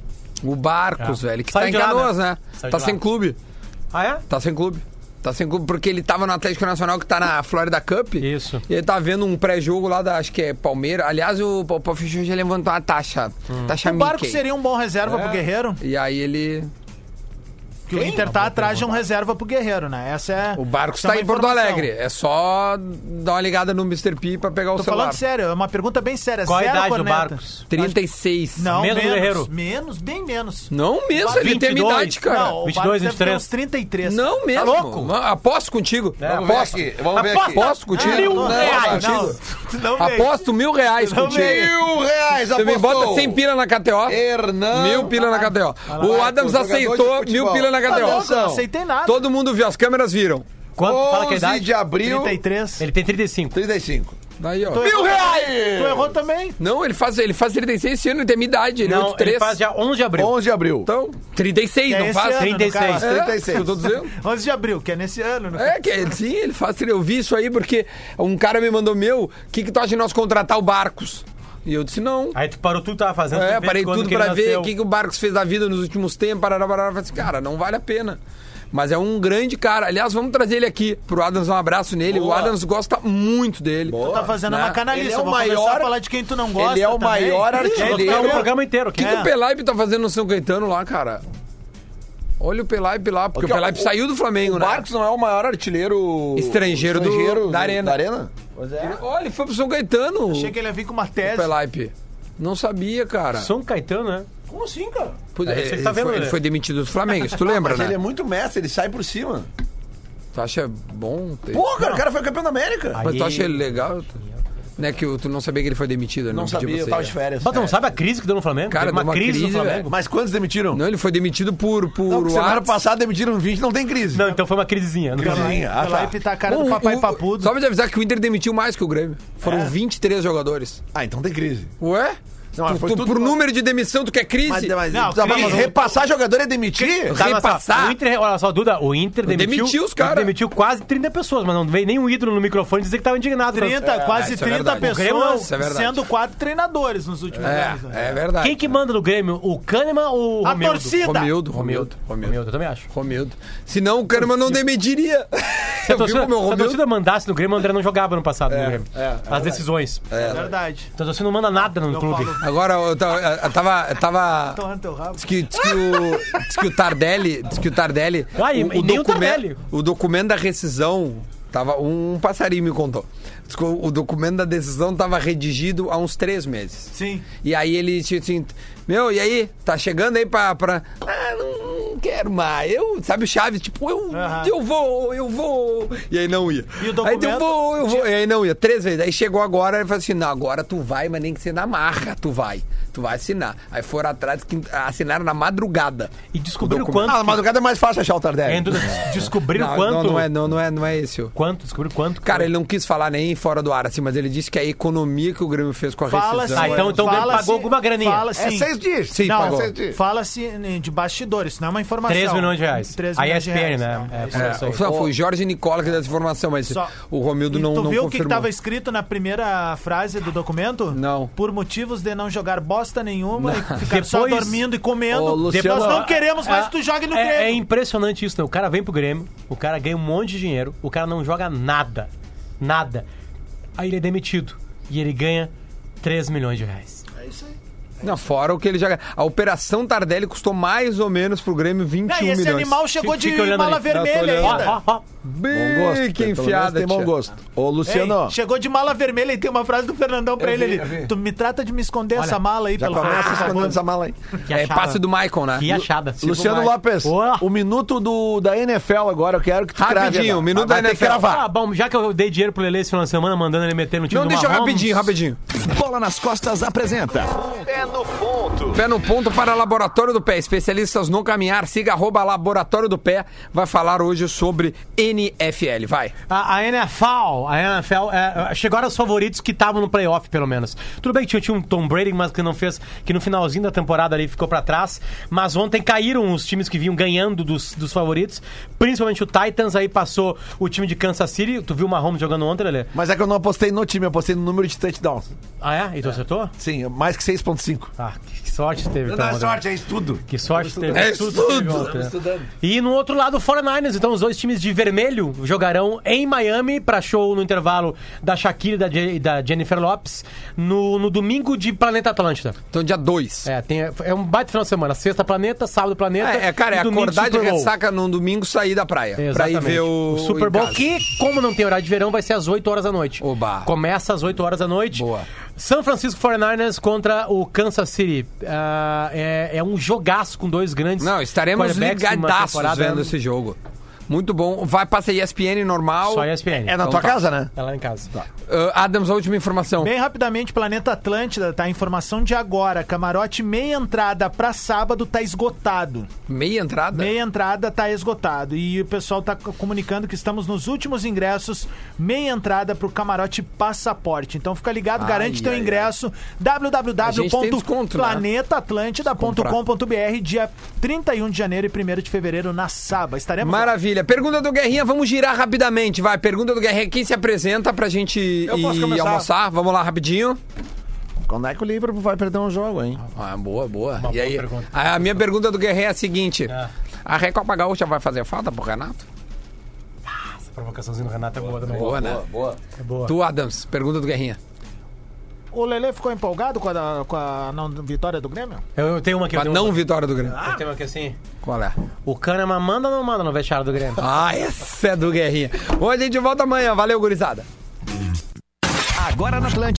Speaker 1: O
Speaker 3: É.
Speaker 1: Barcos, velho, que
Speaker 5: Saiu
Speaker 1: tá em
Speaker 5: de lá,
Speaker 1: Canoas,
Speaker 5: né?
Speaker 1: né?
Speaker 5: Saiu
Speaker 1: Tá
Speaker 5: de
Speaker 1: sem
Speaker 5: lá.
Speaker 1: clube.
Speaker 5: Ah, é?
Speaker 1: Tá sem clube. Tá sem clube porque ele tava no Atlético Nacional que tá na Florida Cup.
Speaker 5: Isso.
Speaker 1: E ele tá vendo um pré-jogo lá da, acho que é Palmeiras. Aliás, o Pa- Paulo Fichu já levantou uma taxa. Taxa
Speaker 3: Hum. O Barcos
Speaker 1: Mickey.
Speaker 3: seria um bom reserva pro Guerreiro.
Speaker 1: E aí ele...
Speaker 3: que o Inter tá atrás de um reserva pro Guerreiro, né? Essa é.
Speaker 1: O barco está
Speaker 3: essa é uma
Speaker 1: em Porto
Speaker 3: informação.
Speaker 1: Alegre. É só dar uma ligada no Mr. P pra pegar o
Speaker 3: Tô
Speaker 1: celular.
Speaker 3: falando sério, é uma pergunta bem séria.
Speaker 5: Qual a
Speaker 3: zero
Speaker 5: idade do
Speaker 3: corneta.
Speaker 1: um
Speaker 5: Barcos?
Speaker 1: 36.
Speaker 3: Não,
Speaker 5: Mesmo
Speaker 3: menos,
Speaker 5: Guerreiro?
Speaker 3: menos, bem menos.
Speaker 1: Não mesmo, ele tem a minha
Speaker 5: 22.
Speaker 1: idade, cara.
Speaker 3: não, o
Speaker 5: 22,
Speaker 3: Barcos deve ter
Speaker 5: 23.
Speaker 3: uns 33.
Speaker 1: Não mesmo.
Speaker 5: louco?
Speaker 1: Não, Aposto contigo.
Speaker 2: Vamos ver
Speaker 1: Aposto.
Speaker 2: aqui, vamos ver É, aqui.
Speaker 1: Aposto contigo.
Speaker 5: Mil
Speaker 1: Não,
Speaker 5: reais.
Speaker 1: contigo.
Speaker 3: Não, não veio.
Speaker 1: Aposto mil reais
Speaker 3: Não
Speaker 1: contigo.
Speaker 3: veio.
Speaker 2: Mil reais,
Speaker 1: Você me bota
Speaker 2: apostou.
Speaker 1: 100 pila na KTO.
Speaker 2: Hernan.
Speaker 1: Mil pila na KTO.
Speaker 2: vai,
Speaker 1: O
Speaker 2: pô,
Speaker 1: Adams
Speaker 2: jogador de
Speaker 1: aceitou
Speaker 2: futebol.
Speaker 1: mil pila na
Speaker 3: Tá louco, eu
Speaker 1: KTO.
Speaker 3: não aceitei nada.
Speaker 1: Todo mundo viu, as câmeras viram.
Speaker 5: Quanto? Fala que é
Speaker 2: 11
Speaker 5: idade?
Speaker 2: de abril,
Speaker 3: 33.
Speaker 5: Ele tem 35.
Speaker 2: 35.
Speaker 1: Daí, ó.
Speaker 3: Tu
Speaker 1: Mil
Speaker 3: errou-
Speaker 1: reais!
Speaker 3: Tu errou também.
Speaker 1: Não, ele faz, ele faz 36 esse ano, ele tem minha idade, ele é
Speaker 5: Não, ele
Speaker 1: 83.
Speaker 5: faz já 11 de abril.
Speaker 2: 11 de abril.
Speaker 1: Então, 36,
Speaker 3: Que é
Speaker 1: não
Speaker 3: esse
Speaker 1: faz?
Speaker 3: ano, no
Speaker 5: 36.
Speaker 3: caso.
Speaker 1: É,
Speaker 2: 36.
Speaker 1: eu tô dizendo.
Speaker 3: 11 de abril, que é nesse ano. no
Speaker 1: É, que ele- sim, ele faz. Eu vi isso aí porque um cara me mandou: Meu, o que, que tu acha de nós contratar o Barcos? E eu disse: Não.
Speaker 5: Aí tu parou tudo, que tava fazendo.
Speaker 1: É,
Speaker 5: tu vê
Speaker 1: parei
Speaker 5: quando
Speaker 1: tudo
Speaker 5: que ele
Speaker 1: pra ver
Speaker 5: nasceu.
Speaker 1: o que, que o Barcos fez da vida nos últimos tempos. Parará, parará, Eu falei assim, cara, não vale a pena. Mas é um grande cara. Aliás, vamos trazer ele aqui pro Adams dar um abraço nele. O
Speaker 2: Boa.
Speaker 1: Adams gosta muito dele.
Speaker 3: Tu tá fazendo
Speaker 1: Né?
Speaker 3: uma canalista.
Speaker 2: Ele é
Speaker 3: Eu
Speaker 2: o
Speaker 3: vou começar a
Speaker 2: maior-
Speaker 3: falar de quem tu não gosta.
Speaker 2: ele é o
Speaker 3: também.
Speaker 2: maior
Speaker 5: Vou
Speaker 2: artilheiro.
Speaker 5: ficar
Speaker 3: Ele
Speaker 5: o
Speaker 3: é-
Speaker 5: tá programa inteiro
Speaker 1: O
Speaker 5: aqui. né?
Speaker 1: que, que
Speaker 3: É.
Speaker 1: o Pelaipe tá fazendo no São Caetano lá, cara? Olha o Pelaipe lá, porque
Speaker 2: Porque
Speaker 1: o Pelaipe
Speaker 2: o-
Speaker 1: saiu do Flamengo,
Speaker 2: O
Speaker 1: né?
Speaker 2: Barcos não é o maior artilheiro
Speaker 1: Estrangeiro do- da Arena.
Speaker 2: Da arena?
Speaker 1: Olha, ele foi pro São Caetano,
Speaker 3: Achei que ele ia vir com uma
Speaker 1: o
Speaker 3: tese.
Speaker 1: Pelaipe. Não sabia, cara.
Speaker 5: São Caetano, né?
Speaker 1: É.
Speaker 5: Como assim, cara?
Speaker 1: Pois é,
Speaker 5: É, você
Speaker 1: ele,
Speaker 5: tá vendo,
Speaker 1: foi,
Speaker 5: né?
Speaker 1: ele foi demitido do Flamengo, isso tu lembra,
Speaker 2: Mas ele
Speaker 1: né?
Speaker 2: é muito mestre, ele sai por cima.
Speaker 1: Tu acha bom? Ter...
Speaker 2: Pô, cara, o cara foi campeão da América.
Speaker 1: Mas tu acha ele legal? Né, que o- tu não sabia que ele foi demitido, eu
Speaker 2: não
Speaker 1: pedi pra
Speaker 2: sabia, eu
Speaker 1: você,
Speaker 2: tava
Speaker 1: é.
Speaker 2: de férias.
Speaker 5: Mas tu não
Speaker 2: É.
Speaker 5: sabe a crise que deu no Flamengo?
Speaker 1: Cara,
Speaker 5: Teve
Speaker 1: deu uma
Speaker 5: uma crise,
Speaker 1: crise,
Speaker 5: no Flamengo.
Speaker 2: Mas quantos demitiram?
Speaker 1: Não, ele foi demitido por, por
Speaker 2: Não, porque semana
Speaker 1: Whats.
Speaker 2: passada demitiram 20, não tem crise.
Speaker 5: Não, então foi uma crisezinha. Não
Speaker 2: Crisezinha.
Speaker 5: foi
Speaker 2: Ah, tá.
Speaker 3: Ela vai pintar a cara
Speaker 1: O-
Speaker 3: do papai
Speaker 1: o- Um,
Speaker 3: papudo.
Speaker 1: Só pra te avisar que o Inter demitiu mais que o Grêmio. Foram 23 jogadores.
Speaker 2: Ah, então tem crise.
Speaker 1: Ué?
Speaker 2: Não, mas
Speaker 1: tu,
Speaker 2: foi
Speaker 1: tu,
Speaker 2: tudo-
Speaker 1: por número de demissão, tu quer crise?
Speaker 3: Não,
Speaker 2: Tá, mas
Speaker 3: crise-
Speaker 2: repassar jogador é demitir?
Speaker 5: Tá, mas só,
Speaker 1: Repassar.
Speaker 5: O Inter, olha só, Duda, o Inter demitiu,
Speaker 1: Demitiu os cara.
Speaker 5: demitiu quase 30 pessoas, mas não veio nenhum ídolo no microfone dizer que tava indignado. né?
Speaker 3: 30, quase
Speaker 1: isso é
Speaker 3: 30
Speaker 1: verdade. O
Speaker 5: Grêmio não,
Speaker 3: pessoas,
Speaker 1: isso é verdade.
Speaker 3: sendo quatro treinadores nos últimos anos. né?
Speaker 1: É, é verdade.
Speaker 5: Quem que manda no Grêmio? O Kahneman ou o
Speaker 3: A
Speaker 5: Romildo?
Speaker 3: torcida.
Speaker 1: Romildo, Romildo,
Speaker 5: Romildo,
Speaker 1: Romildo.
Speaker 5: eu também acho.
Speaker 1: Romildo. Senão o Kahneman não demitiria.
Speaker 5: Se a,
Speaker 1: <laughs> Viu
Speaker 5: torcida,
Speaker 1: como é o
Speaker 5: se a
Speaker 1: Romildo?
Speaker 5: torcida mandasse no Grêmio, o André não jogava no passado no Grêmio.
Speaker 2: é, é
Speaker 5: As decisões.
Speaker 3: É verdade.
Speaker 5: Então a torcida não manda nada no
Speaker 3: Não
Speaker 5: clube.
Speaker 3: falo-
Speaker 1: Agora, eu tava... Eu tava, eu tava-
Speaker 3: Torrando teu rabo.
Speaker 1: Diz que, diz que o, diz que o Tardelli. Diz que o Tardelli.
Speaker 5: Ah, e-
Speaker 1: o,
Speaker 5: e nem o
Speaker 1: documen-
Speaker 5: Tardelli.
Speaker 1: o documento da rescisão. Tava, um, um passarinho me contou. Diz que o, o documento da decisão estava redigido há uns três meses.
Speaker 3: Sim.
Speaker 1: E aí ele disse assim: Meu, e aí? Tá chegando aí pra. pra... Ah, não, não quero mais. Eu, sabe o Chaves? Tipo, eu,
Speaker 3: Aham.
Speaker 1: eu vou, eu vou. E aí não ia.
Speaker 3: E o
Speaker 1: Aí eu
Speaker 3: documento?
Speaker 1: vou, eu vou. E aí não ia. Três vezes. Aí chegou agora e falou assim: Não, agora tu vai, mas nem que ser na marra, tu vai. Tu vai assinar. Aí foram atrás, que assinaram na madrugada.
Speaker 5: E descobriram
Speaker 1: documento.
Speaker 5: quanto.
Speaker 2: Ah, na madrugada é mais fácil achar o
Speaker 5: É,
Speaker 2: Tardelli.
Speaker 5: Duda, des- descobriram
Speaker 1: Não,
Speaker 5: quanto.
Speaker 1: não, não é, não, não é, não é esse. ô.
Speaker 5: Quanto? Descobriram quanto?
Speaker 1: Cara, é ele não quis falar nem fora do ar, assim, mas ele disse que a economia que o Grêmio fez com a
Speaker 3: Fala-se.
Speaker 1: rescisão.
Speaker 5: Ah, então- então o Grêmio
Speaker 3: fala-se-
Speaker 5: pagou alguma graninha.
Speaker 3: Fala, sim.
Speaker 2: É seis dias.
Speaker 1: Sim,
Speaker 3: Não,
Speaker 1: pagou.
Speaker 3: Fala-se eh, de bastidores, não é uma informação.
Speaker 5: 3 milhões de reais.
Speaker 3: 13
Speaker 5: a
Speaker 3: milhões de
Speaker 5: ESPN,
Speaker 3: reais,
Speaker 5: né?
Speaker 3: não, é isso.
Speaker 1: É,
Speaker 5: isso aí.
Speaker 1: foi- foi o Jorge Nicola que deu essa informação, mas
Speaker 3: Só-
Speaker 1: o Romildo
Speaker 3: E
Speaker 1: não,
Speaker 3: tu
Speaker 1: não
Speaker 3: viu
Speaker 1: confirmou.
Speaker 3: o que estava escrito na primeira frase do documento?
Speaker 1: Não.
Speaker 3: Por motivos de não jogar bosta nenhuma e ficar só
Speaker 5: Depois-
Speaker 3: dormindo e comendo.
Speaker 2: Ô, Luciano,
Speaker 3: Nós não
Speaker 5: Ah,
Speaker 3: queremos mais
Speaker 5: é-
Speaker 3: que tu jogue no
Speaker 5: é,
Speaker 3: Grêmio.
Speaker 5: É impressionante isso, né? O cara vem pro Grêmio, o cara ganha um monte de dinheiro, o cara não joga nada. Nada. Aí ele é demitido. E ele ganha 3 milhões de reais.
Speaker 1: Não, fora o que ele já. A operação Tardelli custou mais ou menos pro Grêmio 21
Speaker 3: Não, e É, esse
Speaker 1: milhões.
Speaker 3: animal chegou
Speaker 5: Fica-
Speaker 3: de
Speaker 5: fica olhando
Speaker 3: mala
Speaker 5: ali.
Speaker 3: vermelha
Speaker 5: Ó,
Speaker 3: ainda.
Speaker 5: ó, ó.
Speaker 1: Bem
Speaker 2: Bom gosto.
Speaker 1: que
Speaker 2: pelo menos
Speaker 1: enfiada,
Speaker 2: Tem bom
Speaker 1: tia.
Speaker 2: gosto. Ô,
Speaker 3: Ei,
Speaker 2: Luciano,
Speaker 3: chegou de mala vermelha e tem uma frase do Fernandão pra ele
Speaker 2: vi, eu
Speaker 3: ali.
Speaker 2: vi.
Speaker 3: Tu me trata de me esconder essa mala aí,
Speaker 2: já
Speaker 3: pelo favor.
Speaker 2: começa
Speaker 3: por
Speaker 2: escondendo
Speaker 3: favor.
Speaker 2: essa mala aí.
Speaker 5: Que
Speaker 1: É
Speaker 5: achada.
Speaker 1: passe do Michael, né?
Speaker 5: Que achada.
Speaker 2: Luciano Lopes,
Speaker 5: Olá.
Speaker 2: o minuto do, da NFL agora, eu quero que tu crave.
Speaker 1: Rapidinho,
Speaker 2: agora.
Speaker 1: minuto
Speaker 2: Vai
Speaker 1: da
Speaker 2: ter que
Speaker 1: NFL.
Speaker 2: cravar.
Speaker 5: Ah, bom, já que eu dei dinheiro pro Lele esse final de semana, mandando ele meter no time
Speaker 1: Não,
Speaker 5: do
Speaker 1: Então, deixa eu
Speaker 5: Mahomes,
Speaker 1: rapidinho, rapidinho.
Speaker 7: Bola nas costas apresenta.
Speaker 1: Pé no ponto para Laboratório do Pé. Especialistas no caminhar, siga arroba Laboratório do Pé. Vai falar hoje sobre NFL. Vai.
Speaker 5: A, a NFL, a NFL é, chegaram aos favoritos que estavam no playoff, pelo menos. Tudo bem que tinha, tinha um Tom Brady, mas que não fez, que no finalzinho da temporada ali ficou pra trás. Mas ontem caíram os times que vinham ganhando dos, dos favoritos, principalmente o Titans. Aí passou o time de Kansas City. Tu viu o Mahomes jogando ontem, Lelê?
Speaker 2: Mas é que eu não apostei no time, eu apostei no número de touchdowns.
Speaker 5: Ah, é? E tu acertou?
Speaker 2: Sim, mais que 6.5.
Speaker 5: Ah, que, que sorte teve.
Speaker 10: Dá
Speaker 5: então,
Speaker 10: sorte, é estudo.
Speaker 5: Que sorte teve.
Speaker 1: É
Speaker 5: Tudo
Speaker 1: estudo.
Speaker 5: teve ontem, né? E no outro lado, o 49ers. Então, os dois times de vermelho jogarão em Miami para show no intervalo da Shakira e da, Je- da Jennifer Lopes no, no domingo de Planeta Atlântida.
Speaker 1: Então, dia 2.
Speaker 5: É, tem, é um baita final de semana. Sexta Planeta, sábado Planeta.
Speaker 1: É, é, cara, é
Speaker 5: e domingo
Speaker 1: acordar de
Speaker 5: Super Bowl.
Speaker 1: ressaca num domingo sair da praia. Pra ir
Speaker 5: Exatamente.
Speaker 1: ver o,
Speaker 5: Super Bowl,
Speaker 1: em casa.
Speaker 5: que, como não tem horário de verão, vai ser às 8 horas da noite.
Speaker 1: Oba.
Speaker 5: Começa às 8 horas da noite.
Speaker 1: Boa.
Speaker 5: São Francisco 49ers contra o Kansas City. Ah, é, é um jogaço com dois grandes.
Speaker 1: Não, estaremos
Speaker 5: quarterbacks numa
Speaker 1: ligadaços
Speaker 5: temporada-
Speaker 1: vendo esse jogo. Muito bom. Vai, passa ESPN normal.
Speaker 5: Só ESPN.
Speaker 10: É na
Speaker 5: Então
Speaker 10: tua
Speaker 5: tá.
Speaker 10: casa, né?
Speaker 5: É lá em casa.
Speaker 1: Ah, Adams, a última informação.
Speaker 3: Bem rapidamente, Planeta Atlântida, tá? Informação de agora. Camarote meia entrada pra sábado tá esgotado.
Speaker 1: Meia entrada?
Speaker 3: Meia entrada tá esgotado. E o pessoal tá c- comunicando que estamos nos últimos ingressos, meia entrada pro camarote passaporte. Então fica ligado, garante teu ingresso
Speaker 1: A gente tem desconto, né?
Speaker 3: www.planetaatlântida.com.br dia 31 de janeiro e 1 de fevereiro na Saba. Estaremos lá.
Speaker 1: Maravilha. Pergunta do Guerrinha, vamos girar rapidamente, vai. Pergunta do Guerrinha, quem se apresenta pra gente
Speaker 10: Eu posso
Speaker 1: ir
Speaker 10: começar?
Speaker 1: almoçar? Vamos lá, rapidinho.
Speaker 10: Quando é que o Liverpool vai perder um jogo, hein?
Speaker 1: Ah, boa, boa. e
Speaker 5: boa
Speaker 1: aí?
Speaker 5: pergunta.
Speaker 1: A, a minha pergunta do Guerrinha é a seguinte. A Recopa Gaúcha vai fazer falta pro Renato?
Speaker 5: Essa provocaçãozinha do Renato é boa também.
Speaker 1: Boa, né?
Speaker 5: É boa.
Speaker 1: Tu, Adams, pergunta do Guerrinha.
Speaker 3: O Lele ficou empolgado com a, com a não vitória do Grêmio?
Speaker 5: Eu, eu tenho uma aqui.
Speaker 1: Com
Speaker 5: Eu
Speaker 1: a
Speaker 5: tenho,
Speaker 1: não Ah!
Speaker 5: uma,
Speaker 1: vitória do Grêmio.
Speaker 5: eu tenho uma aqui assim.
Speaker 1: Qual é?
Speaker 5: O Kahneman manda ou não manda no vestiário do Grêmio?
Speaker 1: Ah, essa é do Guerrinha. Hoje a gente volta amanhã. Valeu, gurizada.
Speaker 7: Agora na Atlântida.